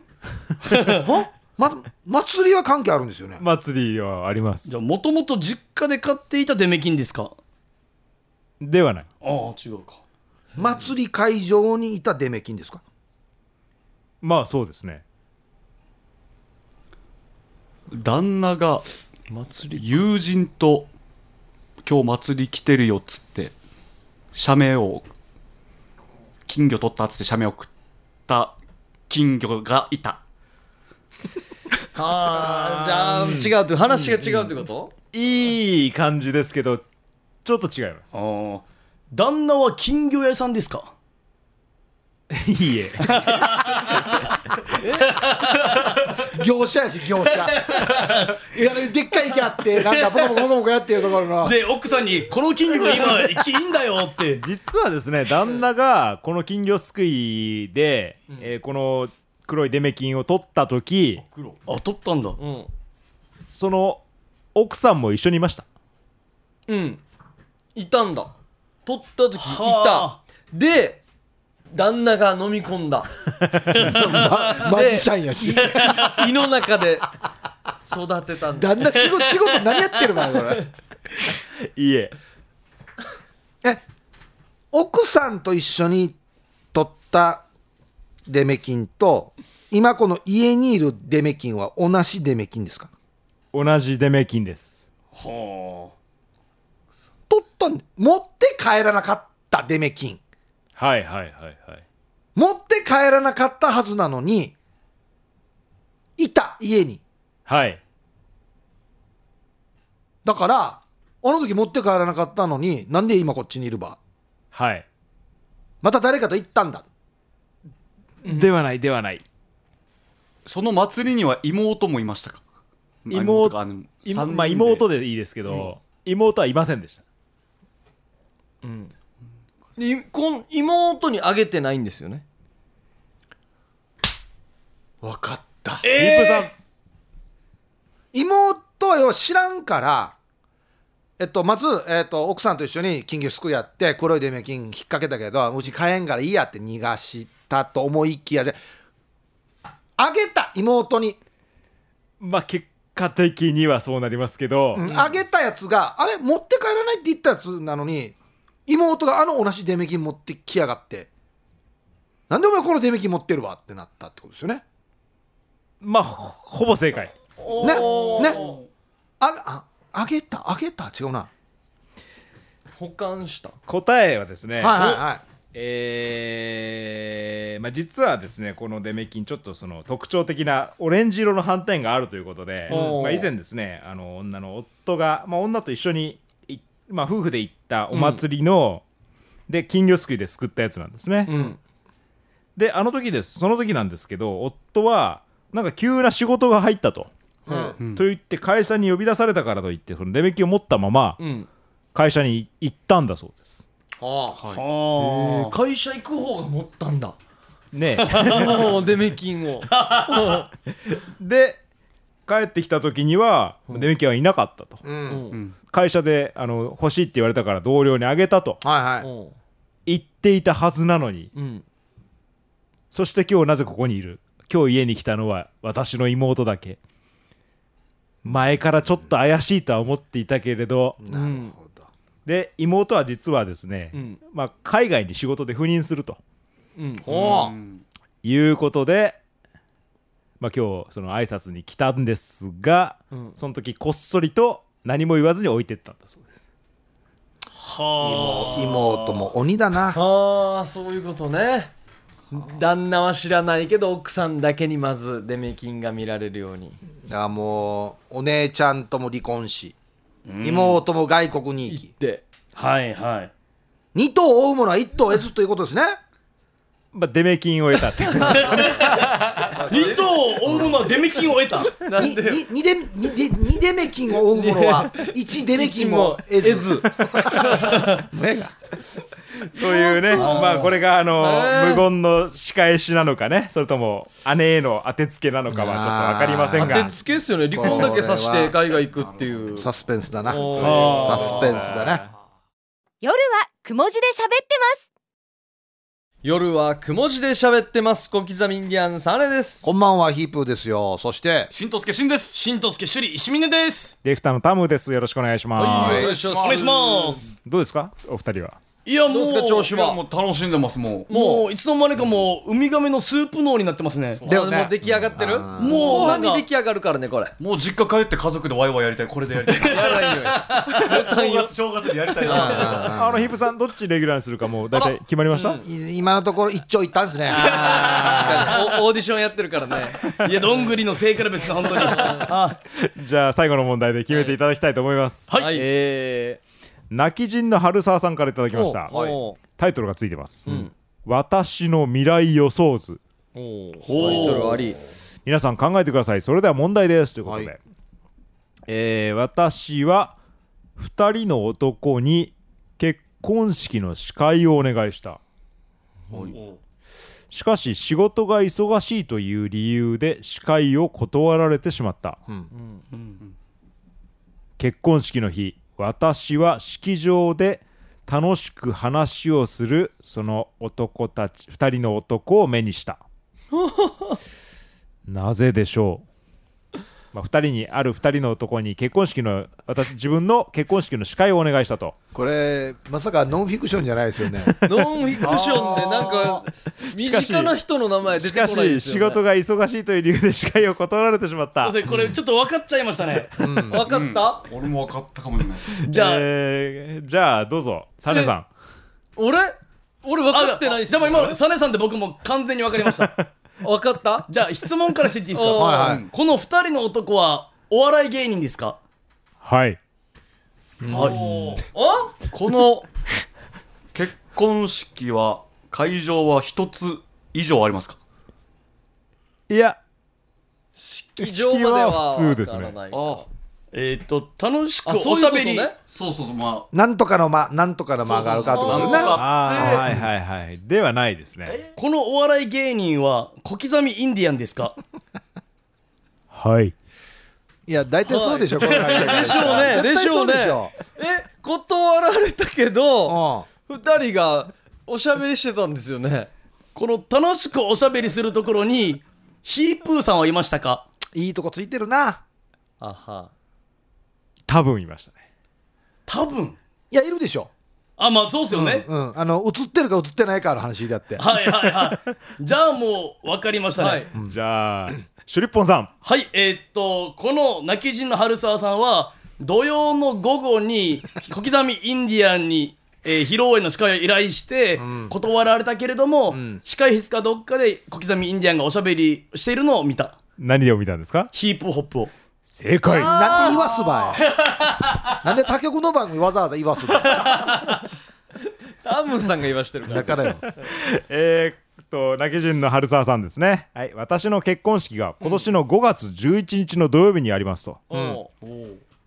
Speaker 2: ま祭りは関係あるんですよね
Speaker 5: 祭りはあります
Speaker 4: じゃあもともと実家で買っていたデメキンですか
Speaker 5: ではない
Speaker 4: ああ違うか
Speaker 2: 祭り会場にいたデメキンですか
Speaker 5: まあそうですね
Speaker 3: 旦那が
Speaker 1: 祭り
Speaker 3: 友人と今日祭り来てるよっつって社名を金魚取ったっつって社名を送った金魚がいた
Speaker 1: あーじゃあ違うという話が違うということ、
Speaker 5: いい感じですけどちょっと違いま
Speaker 4: あ
Speaker 5: す
Speaker 4: あ旦那は金魚屋さんですか
Speaker 5: いいえ
Speaker 2: 業者やし業者いやでっかい池あってなんかボコボコボコボコやってるところの
Speaker 4: で奥さんに「この筋肉が 今いいんだよ」って
Speaker 5: 実はですね旦那がこの金魚すくいで、えーこの黒いデメキンを取った時
Speaker 4: あ取ったんだ
Speaker 1: うん
Speaker 5: その奥さんも一緒にいました
Speaker 1: うんいたんだ取った時い
Speaker 4: はあ
Speaker 1: たで旦那が飲み込ん だ
Speaker 2: まマジシャンやし
Speaker 1: 胃の中で育てたんだ
Speaker 2: 旦那仕事仕事何やってるのこれ
Speaker 5: いいえ
Speaker 2: え奥さんと一緒に取ったデメキンと今この家にいるデメキンは同じデメキンですか
Speaker 5: 同じデメキンです
Speaker 4: は
Speaker 2: 取ったん持って帰らなかったデメキン
Speaker 5: はいはいはいはい
Speaker 2: 持って帰らなかったはずなのにいた家に
Speaker 5: はい
Speaker 2: だからあの時持って帰らなかったのになんで今こっちにいるば
Speaker 5: はい、
Speaker 2: また誰かと行ったんだ
Speaker 5: ではないではない
Speaker 3: その祭りには妹もいましたか
Speaker 5: 妹
Speaker 3: か姉
Speaker 5: い
Speaker 3: 三人
Speaker 5: まあ妹でいいですけど、妹はいませんでした
Speaker 1: でいこん妹にあげてないんですよね
Speaker 2: 分かった
Speaker 4: い
Speaker 5: リープ
Speaker 4: え
Speaker 5: さ
Speaker 4: ー
Speaker 5: ん
Speaker 2: 妹はよ知らんからえっとまず、えっと、奥さんと一緒に金魚すくいやって黒いデメキン引っ掛けたけどうち買えんからいいやって逃がしたと思いきやであげた妹に
Speaker 5: まあ結果的にはそうなりますけど、
Speaker 2: うんあげたやつがあれ持って帰らないって言ったやつなのに妹があの同じデメキン持ってきやがってなんでお前このデメキン持ってるわってなったってことですよね
Speaker 5: まあほほぼ正解
Speaker 2: ねねあああげたあげた違うな
Speaker 1: 保管した
Speaker 5: 答えはですね、
Speaker 2: はいはいはい
Speaker 5: えーまあ、実はですねこのデメキンちょっとその特徴的なオレンジ色の斑点があるということで、
Speaker 1: おー
Speaker 5: まあ、以前ですねあの女の夫が、まあ、女と一緒にい、まあ、夫婦で行ったお祭りの、で金魚すくいですくったやつなんですね、
Speaker 1: うん
Speaker 5: であの時ですその時なんですけど夫はなんか急な仕事が入ったと、
Speaker 3: ん
Speaker 5: と言って会社に呼び出されたからといってそのデメキンを持ったまま
Speaker 1: うん
Speaker 5: 会社に行ったんだそうです
Speaker 1: は
Speaker 3: はい
Speaker 1: あ会社行く方が持ったんだ
Speaker 5: ねえ
Speaker 1: もう デメキンを
Speaker 5: で帰ってきた時には、デメキンはいなかったと、
Speaker 2: うん
Speaker 3: うん
Speaker 5: 会社であの欲しいって言われたから同僚にあげたと
Speaker 2: はいはい
Speaker 1: うん
Speaker 5: 言っていたはずなのに
Speaker 1: うん
Speaker 5: そして今日なぜここにいる今日家に来たのは私の妹だけ前からちょっと怪しいとは思っていたけれど
Speaker 2: なるほど
Speaker 5: で妹は実はですね、
Speaker 1: うん
Speaker 5: まあ、海外に仕事で赴任すると
Speaker 1: うん
Speaker 2: おー
Speaker 5: いうことで、まあ、今日その挨拶に来たんですが、
Speaker 1: ん
Speaker 5: その時こっそりと何も言わずに置いてったんだそうです
Speaker 4: は
Speaker 2: 妹も鬼だな
Speaker 1: ああそういうことね旦那は知らないけど奥さんだけにまずデメキンが見られるように
Speaker 2: あもうお姉ちゃんとも離婚し妹も外国に行き
Speaker 1: で
Speaker 4: あはいはい
Speaker 2: 二頭を追うものは一頭を得ずということですね
Speaker 5: まあ、デメキンを得たって
Speaker 4: 二頭を追う者はデメキンを得た
Speaker 1: なん
Speaker 2: に
Speaker 1: で
Speaker 2: ににでにでにデメキンを追うものは一デメキンも得ず目が
Speaker 5: というねまあこれがあの、
Speaker 1: ー
Speaker 5: 無言の仕返しなのかねそれとも姉への当てつけなのかはちょっと分かりません
Speaker 1: 当
Speaker 5: が
Speaker 1: てつけっすよね離婚だけさして海外行くっていう
Speaker 2: サスペンスだな
Speaker 1: おー
Speaker 2: サスペンスだな
Speaker 6: 夜はくも字で喋ってます
Speaker 1: 夜はくも字で喋ってます小刻みインディアンサネです
Speaker 2: こんばんはヒープーですよそして
Speaker 3: しんとすけしんです
Speaker 4: しんとすけ首里石峰です
Speaker 5: ディレクターのタムですよろしくお願いします、
Speaker 2: はい
Speaker 1: しま
Speaker 4: お願いします
Speaker 5: どうですかお二人は
Speaker 4: いやも
Speaker 1: どうですか調
Speaker 4: う
Speaker 1: 子
Speaker 3: いやもう楽しんでますもう
Speaker 4: もういつの間にかもうウミガメのスープ脳になってますね
Speaker 1: あ
Speaker 2: だよね
Speaker 1: もう出来上がってる
Speaker 2: あ
Speaker 4: ー
Speaker 1: もう後半
Speaker 4: も
Speaker 1: に
Speaker 4: うなんか
Speaker 1: 出来上がるからねこれ
Speaker 3: もう実家帰って家族でワイワイやりたいこれでやりた い
Speaker 1: やらないよ
Speaker 3: 正月正月でやりたいな
Speaker 5: あのヒップさんどっちレギュラーにするかもう大体決まりました、
Speaker 2: い今のところ一長一短ですね
Speaker 1: おオーディションやってるからね
Speaker 4: いやどんぐりのせいから別に本当にあ
Speaker 5: じゃあ最後の問題で決めていただきたいと思います
Speaker 1: はいはい
Speaker 5: えー、泣き人の春沢さんからいただきました
Speaker 1: おうお
Speaker 5: タイトルがついてます、
Speaker 1: ううん
Speaker 5: 私の未来予想図
Speaker 1: おうタイトルあり
Speaker 5: 皆さん考えてくださいそれでは問題ですということで、
Speaker 2: は
Speaker 5: えー私は2人の男に結婚式の司会をお願いしたしかし仕事が忙しいという理由で司会を断られてしまった、結婚式の日私は式場で楽しく話をするその男たち2人の男を目にしたなぜでしょう、まあ、2人にある2人の男に結婚式の私自分の結婚式の司会をお願いしたと
Speaker 2: これまさかノンフィクションじゃないですよね
Speaker 1: ノンフィクションでなんか身近な人の名前出
Speaker 5: して
Speaker 1: こ
Speaker 5: か
Speaker 1: ないで
Speaker 5: し
Speaker 1: す
Speaker 5: 仕
Speaker 1: よ、ね、
Speaker 5: 事が忙しいという理由で司会を断られてしまっ
Speaker 4: すい
Speaker 5: た
Speaker 4: ませんこれちょっと分かっちゃいましたね
Speaker 1: 分かった、
Speaker 3: うん俺も分かったかもしれない
Speaker 4: じゃあ
Speaker 5: えーじゃあどうぞサネさん
Speaker 1: 俺俺分かってないっす
Speaker 4: でも
Speaker 1: よ
Speaker 4: 今サネさんって僕も完全に分かりました
Speaker 1: 分かった
Speaker 4: じゃあ質問からしていっていいです
Speaker 1: おー
Speaker 4: か
Speaker 2: はいはい、
Speaker 4: この2人の男はお笑い芸人ですか
Speaker 5: はい
Speaker 4: はい
Speaker 1: あ
Speaker 3: この結婚式は会場は一つ以上ありますか
Speaker 5: いや
Speaker 1: 以上までは
Speaker 5: 式は普通ですね
Speaker 1: わからない
Speaker 3: あ
Speaker 4: えっと楽しく
Speaker 1: あそういうことね
Speaker 4: おしゃべり
Speaker 3: そうそうそうま
Speaker 2: なんとかの間なんとかの間があるかってこ
Speaker 3: あ
Speaker 2: と
Speaker 3: の
Speaker 2: ね
Speaker 3: か
Speaker 5: ああはいはいはいではないですね
Speaker 4: このお笑い芸人は小刻みインディアンですか
Speaker 5: はい
Speaker 2: いや大体そうでしょ、この感じで
Speaker 1: でしょうね
Speaker 2: 絶対そう
Speaker 1: でしょ え断られたけど2人がおしゃべりしてたんですよね
Speaker 4: この楽しくおしゃべりするところにヒープーさんはいましたか
Speaker 2: うんいいとこついてるな
Speaker 1: あは
Speaker 5: 多分いましたね
Speaker 4: 多分
Speaker 2: いやいるでしょ
Speaker 4: あまあそうですよね、
Speaker 2: うん、あの映ってるか映ってないかの話だって
Speaker 4: はいはいはいじゃあもう分かりましたねは
Speaker 1: はいい、
Speaker 5: じゃあシュリッポンさん
Speaker 4: えーっとこの泣き人の春沢さんは土曜の午後に小刻みインディアンに、えー披露宴の司会を依頼して断られたけれども、司会室かどっかで小刻みインディアンがおしゃべりしているのを見た
Speaker 5: 何を見たんですか
Speaker 4: ヒープホップを
Speaker 5: 正解
Speaker 2: なんで言わすばやなんで他局の番組わざわざ言わすばや
Speaker 1: アムンさんが言わしてるから
Speaker 2: だからよ
Speaker 5: えーっと泣き人の春沢さんですねはい私の結婚式が今年の5月11日の土曜日にありますと、
Speaker 1: うん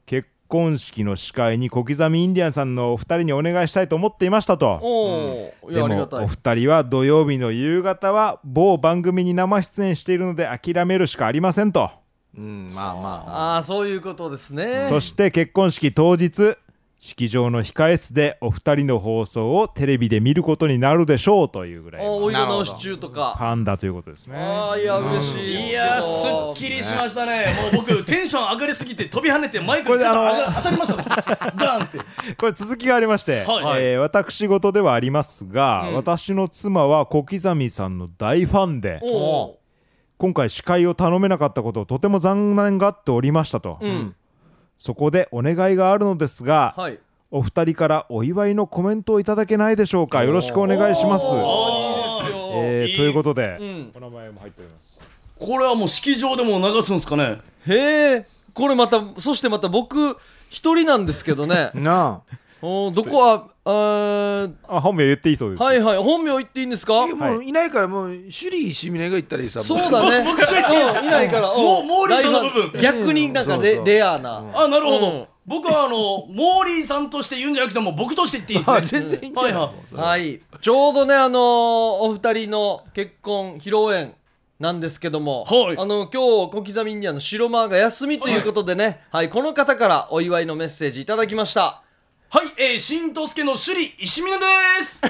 Speaker 5: 結婚式の司会に小刻みインディアンさんのお二人にお願いしたいと思っていましたと
Speaker 1: おお、い
Speaker 5: で
Speaker 1: やあり
Speaker 5: も
Speaker 1: がた
Speaker 5: お
Speaker 1: い
Speaker 5: 二人は土曜日の夕方は某番組に生出演しているので諦めるしかありませんと
Speaker 2: うんまあま
Speaker 1: ああそういうことですね
Speaker 5: そして結婚式当日式場の控え室でお二人の放送をテレビで見ることになるでしょうというぐらい
Speaker 1: お
Speaker 5: の
Speaker 1: お色直し中とか
Speaker 5: パンダということですね。
Speaker 1: ああいや嬉しいです
Speaker 4: い
Speaker 1: けど
Speaker 4: やー、すっきりしましたね。もう僕、テンション上がりすぎて、飛び跳ねて、マイク
Speaker 5: これ
Speaker 4: に
Speaker 5: で
Speaker 4: 肩
Speaker 5: あの
Speaker 4: 上が当たりましたもん。ガーンって。
Speaker 5: これ続きがありまして、
Speaker 4: はい
Speaker 5: えー私事ではありますが、私の妻は小刻みさんの大ファン で
Speaker 1: おお
Speaker 5: 今回司会を頼めなかったことをとても残念がっておりましたと、
Speaker 1: ん
Speaker 5: そこでお願いがあるのですが、
Speaker 1: はい
Speaker 5: お二人からお祝いのコメントをいただけないでしょうかよろしくお願いします。
Speaker 1: ああいいですよ
Speaker 5: えーということで、
Speaker 1: ん
Speaker 5: お名前も入っております。
Speaker 4: これはもう式場でも流すんですかね。
Speaker 1: へえこれまたそしてまた僕一人なんですけどね
Speaker 2: あなあ
Speaker 1: おーどこはあー
Speaker 5: あ本名言っていいそうです。
Speaker 1: はいはい本名言っていいんですか
Speaker 2: いやもういないからもう首里しみねが言ったらいいさも
Speaker 1: そうだね
Speaker 4: 僕僕
Speaker 1: うんいないから
Speaker 4: もう
Speaker 1: うん
Speaker 4: モーリーさんの部
Speaker 1: 大
Speaker 4: 分
Speaker 1: ファン逆になんかレ
Speaker 2: そうそう
Speaker 1: レアな
Speaker 4: あ、なるほど。
Speaker 1: うん
Speaker 4: 僕は、あの、モーリーさんとして言うんじゃなくて、もう僕として言っていいで す
Speaker 2: あ
Speaker 4: ね。
Speaker 2: 全然いいんじゃな
Speaker 4: は
Speaker 2: いい
Speaker 4: は
Speaker 1: はいちょうどねあのーお二人の結婚披露宴なんですけども、
Speaker 4: はい
Speaker 1: あの今日小刻みインディアンの白間が休みということでね、はいこの方からお祝いのメッセージいただきました
Speaker 4: はい、えー、新藤助の首里石峰 です。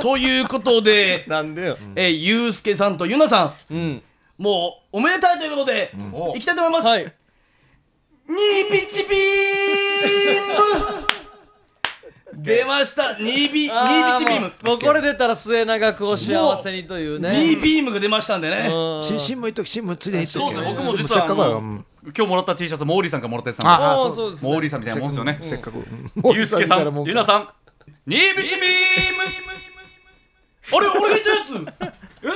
Speaker 4: ということで、
Speaker 1: なんでよ
Speaker 4: えー、ゆうすけさんとゆなさん、
Speaker 1: うん
Speaker 4: もう、おめでたいということで、行きたいと思います。
Speaker 1: はい
Speaker 4: ニーピッチビーム出ました2ビ
Speaker 1: あー
Speaker 4: 2ビチビ
Speaker 1: も
Speaker 4: ーム
Speaker 1: うもうこれ出たら末永くお幸せにというね
Speaker 4: 2ビームが出ましたんでね
Speaker 1: うん
Speaker 2: し新聞言っとき新聞ついでに言っと
Speaker 3: そう
Speaker 2: き
Speaker 3: ですね僕も実は
Speaker 2: せっか
Speaker 3: あ
Speaker 2: くやからう
Speaker 3: の
Speaker 2: ん
Speaker 3: 今日もらった T シャツモーリーさんがもらったやつなんで
Speaker 2: あ
Speaker 1: も
Speaker 2: あ
Speaker 1: う
Speaker 2: そ
Speaker 1: そううです
Speaker 3: モー
Speaker 1: ね
Speaker 3: リーさんみたいなもんですよね
Speaker 2: せっかく
Speaker 3: ゆうすけさんゆなさんニービチビーム
Speaker 4: あれ俺が言ったやつえ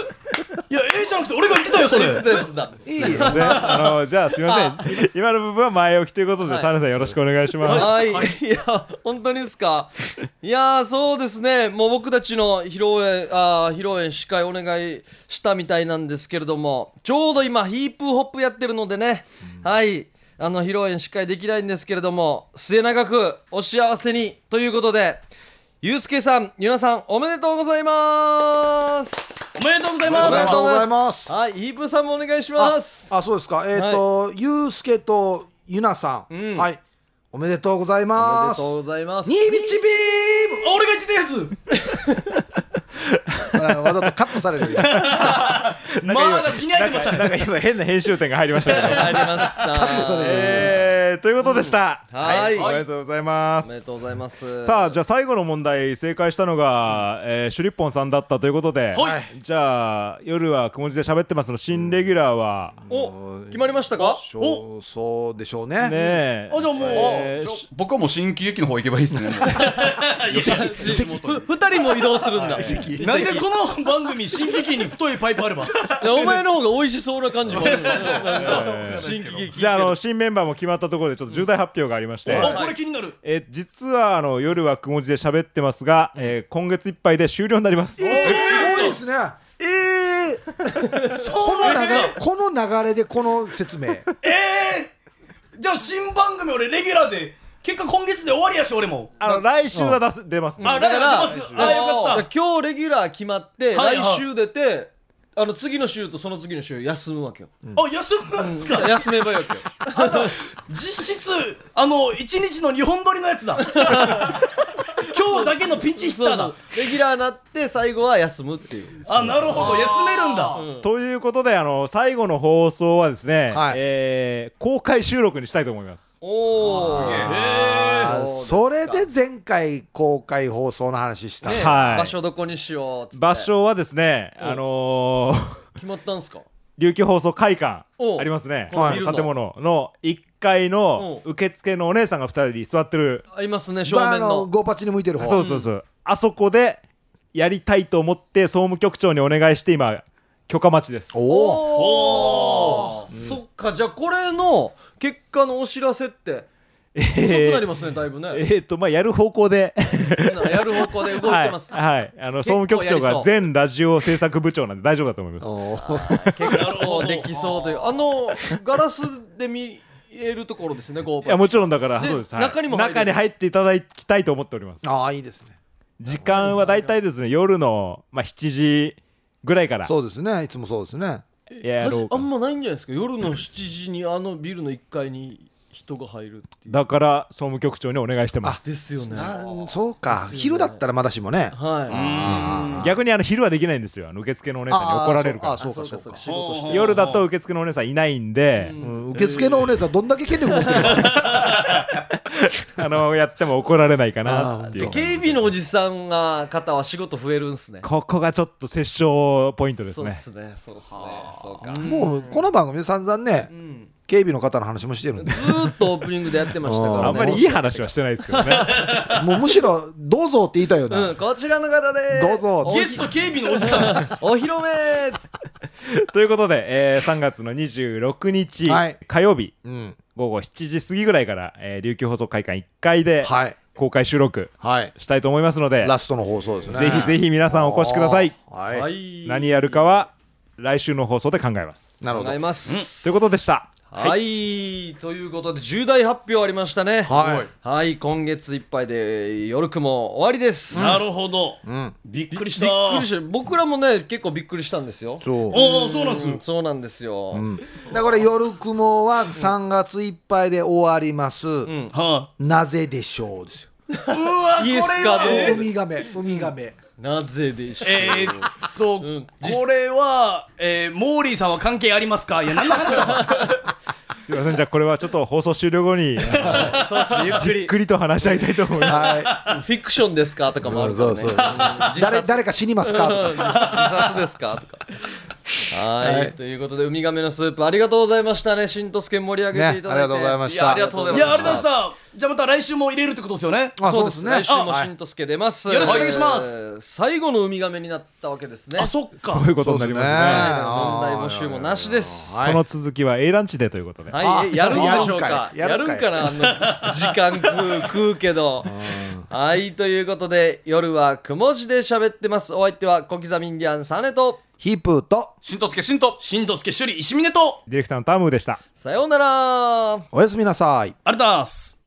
Speaker 4: いや A じゃなくて俺が言ってたよそれ
Speaker 1: 伝説だ
Speaker 2: いいよ
Speaker 5: すいませんあのじゃあすみません今の部分は前置きということで、
Speaker 1: はい
Speaker 5: サナさんよろしくお願いします
Speaker 1: はい、い、や本当にです かいやーそうですねもう僕たちの披露宴あー披露宴司会お願いしたみたいなんですけれどもちょうど今ヒープホップやってるのでね、はいあの披露宴司会できないんですけれども末永くお幸せにということでゆうすけさんゆなさんおめでとうございます
Speaker 4: おめでとうござい
Speaker 2: お
Speaker 4: ま
Speaker 2: めですとうございます
Speaker 1: はいヒープさんもお願いします
Speaker 2: あそうですかえっ、と、ゆうすけとゆなさん、
Speaker 1: うん
Speaker 2: はいおめでとうござい
Speaker 1: おめ
Speaker 2: ま
Speaker 1: ですとうございます
Speaker 2: にびち
Speaker 4: あ俺が言ってたやつ
Speaker 2: びーわざとカットされ るよ
Speaker 4: まあが死に合いてました
Speaker 5: なんか
Speaker 4: ね
Speaker 5: 今変な編集点が入りましたね
Speaker 1: 入りました
Speaker 5: えー、ということでした、
Speaker 1: はい
Speaker 5: おめでとうございま
Speaker 1: お
Speaker 5: す
Speaker 1: めでとうございます
Speaker 5: さあじゃあ最後の問題正解したのが、えー、シュリッポンさんだったということで、
Speaker 4: はい
Speaker 5: じゃあ夜はくも字で喋ってますの新レギュラーは、
Speaker 1: お決まりましたか
Speaker 2: そうそうでしょうね
Speaker 5: ねえ
Speaker 4: あじゃあもう
Speaker 5: えーし
Speaker 3: 僕はもう新喜劇の方行けばいいですねもう
Speaker 1: 2人も移動するんだ
Speaker 4: なんでこの番組新喜劇に太いパイプあれば
Speaker 1: いやお前の方が美味しそうな感じもあ るんだよなんか新喜劇
Speaker 5: じゃああの新メンバーも決まったところでちょっと重大発表がありまして、
Speaker 4: あこれ気になる
Speaker 5: えー実はあの夜はくも字で喋ってますが、えー今月いっぱいで終了になります、
Speaker 2: すごいですね
Speaker 1: ええ
Speaker 2: この流れこの流れでこの説明
Speaker 4: じゃあ新番組俺レギュラーで結果今月で終わりやし俺も
Speaker 5: あの来週は出す、出ます、
Speaker 4: あ
Speaker 1: だ
Speaker 4: だ
Speaker 1: か
Speaker 4: からら
Speaker 1: あ
Speaker 4: 出ますあよかった
Speaker 1: 今日レギュラー決まって
Speaker 4: はい
Speaker 1: 来週出てあの次の週とその次の週休むわけよ
Speaker 4: あ休むんですか
Speaker 1: 休めばよ けよ
Speaker 4: 実質あの一日の日本撮りのやつだ今日だけのピンチヒ
Speaker 1: そ
Speaker 4: ッター
Speaker 1: うそ
Speaker 4: だ
Speaker 1: うレギュラーなって最後は休むっていう
Speaker 4: あなるほど休めるんだ
Speaker 5: ということであの最後の放送はですね、
Speaker 2: はい
Speaker 5: えー公開収録にしたいと思います
Speaker 1: おお
Speaker 2: あーそれで前回公開放送の話した、
Speaker 5: ねはい
Speaker 1: 場所どこにしようっつって
Speaker 5: 場所はですね、
Speaker 1: ん
Speaker 5: あのー
Speaker 1: 決まったんすか
Speaker 5: 琉球放送会館
Speaker 1: おう
Speaker 5: ありますね、
Speaker 2: はい
Speaker 5: あの建物の1階の
Speaker 1: お
Speaker 5: 受付のお姉さんが2人座ってる、
Speaker 1: あいますね正
Speaker 2: まああ
Speaker 1: 面
Speaker 2: の
Speaker 1: の
Speaker 2: ゴーパチに向いてる方
Speaker 5: そうそうそう、あそこでやりたいと思って総務局長にお願いして今許可待ちです
Speaker 2: おお
Speaker 1: おお、そっかじゃあこれの結果のお知らせって遅くなりますねだいぶね、
Speaker 5: えー、とまあやる方向で
Speaker 1: やる方向で動いて
Speaker 5: はい、
Speaker 1: ます、
Speaker 5: はい、あの
Speaker 1: 結構
Speaker 5: 総務局長
Speaker 1: やりそ
Speaker 5: が
Speaker 1: う
Speaker 5: 全ラジオ制作部長なんで大丈夫だと思います
Speaker 1: 結構できそうというあのガラスで見えるところですねゴー
Speaker 5: いや
Speaker 1: パ
Speaker 5: もちろんだから
Speaker 1: で
Speaker 5: そうです、
Speaker 1: 中にも入れる
Speaker 5: 中に入っていただきたいと思っております
Speaker 2: ああいいですね
Speaker 5: 時間は大体ですね夜の、まあ、7時ぐらいから
Speaker 2: そうですねいつもそうですね
Speaker 5: やろう
Speaker 1: あ
Speaker 5: か
Speaker 1: んまないんじゃないですか夜の7時にあのビルの1階に人が入るっていう
Speaker 5: だから総務局長にお願いしてます
Speaker 1: ですよね
Speaker 2: あ
Speaker 1: は
Speaker 2: ーそうか昼だったらまだしもね
Speaker 1: い
Speaker 5: 逆にあの昼はできないんですよあの受付のお姉さんに怒られる
Speaker 2: あー
Speaker 5: か
Speaker 2: そうあーそうかそうか
Speaker 1: 仕事して
Speaker 5: ら夜だと受付のお姉さんいないんで、
Speaker 2: うん受付のお姉さんどんだけ権力持ってるの
Speaker 5: あのやっても怒られないか
Speaker 2: あー
Speaker 5: なっていう
Speaker 1: 警備のおじさんが方は仕事増えるんすね
Speaker 5: ここがちょっと折衝ポイントです
Speaker 1: そうっ
Speaker 5: ね
Speaker 1: すねそうっすねそうか
Speaker 2: もうこの番組で散々ね、警備の方の話もしてるんで
Speaker 1: ずーっとオープニングでやってましたから、ね、
Speaker 5: あんまりいい話はしてないですけどね
Speaker 2: もうむしろ「どうぞ」って言いたいよな、
Speaker 1: うん、こちらの方で
Speaker 2: どうぞ
Speaker 1: お
Speaker 4: ゲスト警備のおじさん
Speaker 1: お披露目っつって
Speaker 5: ということで、えー3月の26日、
Speaker 2: はい
Speaker 5: 火曜日
Speaker 2: うん
Speaker 5: 午後7時過ぎぐらいから、えー琉球放送会館1階で
Speaker 2: はい
Speaker 5: 公開収録
Speaker 2: はい
Speaker 5: したいと思いますので、
Speaker 2: ラストの放送ですね
Speaker 5: ぜひぜひ皆さんお越しください
Speaker 2: はい、
Speaker 1: はい
Speaker 5: 何やるかは来週の放送で考えます
Speaker 2: なるほど
Speaker 1: 考えます
Speaker 5: ということでした
Speaker 1: はい、ということで重大発表ありましたね
Speaker 2: はい
Speaker 1: はい今月いっぱいで夜くも終わりです、
Speaker 4: なるほど
Speaker 2: ん
Speaker 4: びっくりし
Speaker 1: び
Speaker 4: た
Speaker 1: っくりした僕らもね結構びっくりしたんですよ
Speaker 2: そう
Speaker 4: おおそうなんす
Speaker 1: うんそうなんですよ、
Speaker 2: だから夜雲は3月いっぱいで終わります、
Speaker 4: は
Speaker 2: なぜでしょうですよ
Speaker 1: イエスかノー
Speaker 2: ウミガメウミガメ
Speaker 1: なぜでしょう、
Speaker 4: えーっと、これは、えーモーリーさんは関係ありますかいや、何の話だ
Speaker 5: すいませんじゃあこれはちょっと放送終了後に
Speaker 1: そうですねゆっく
Speaker 5: じっくりと話し合いたいと思います
Speaker 2: は
Speaker 1: フィクションですかとかもあ
Speaker 2: い
Speaker 1: るか
Speaker 2: そ
Speaker 1: ら
Speaker 2: う
Speaker 1: ね
Speaker 2: そう誰誰か死にますかとか
Speaker 1: 自殺ですかとか。はい、
Speaker 2: はい
Speaker 1: ということでウミガメのスープありがとうございましたね新都助盛り上げていただいて、
Speaker 2: ねありがとうございました
Speaker 1: やありがとうございま
Speaker 4: い
Speaker 1: した
Speaker 4: やありがとうございましたじゃあまた来週も入れるってことですよね
Speaker 2: あ
Speaker 1: そうですね来週も
Speaker 2: はい
Speaker 1: 新都助出ます、
Speaker 4: よろしくお願いします
Speaker 1: えー最後のウミガメになったわけですね
Speaker 4: あそっか
Speaker 5: そういうことになりますね
Speaker 1: だから問題募集もなしです
Speaker 2: はい
Speaker 5: この続きは A ランチでということで、
Speaker 1: はい、
Speaker 2: あ
Speaker 1: えやるんでしょうかや
Speaker 2: や
Speaker 1: る
Speaker 2: るん
Speaker 1: ん
Speaker 2: か
Speaker 1: か
Speaker 2: い
Speaker 1: なあの時間食う食うけどはいということで夜はくも字で喋ってますお相手は小刻みインディアンサネと
Speaker 2: ヒープーと
Speaker 3: しんとすけしんと
Speaker 4: しんとすけしゅり石峰と
Speaker 5: ディレクターのタムでした
Speaker 1: さようなら
Speaker 2: おやすみなさい
Speaker 4: ありがとうございます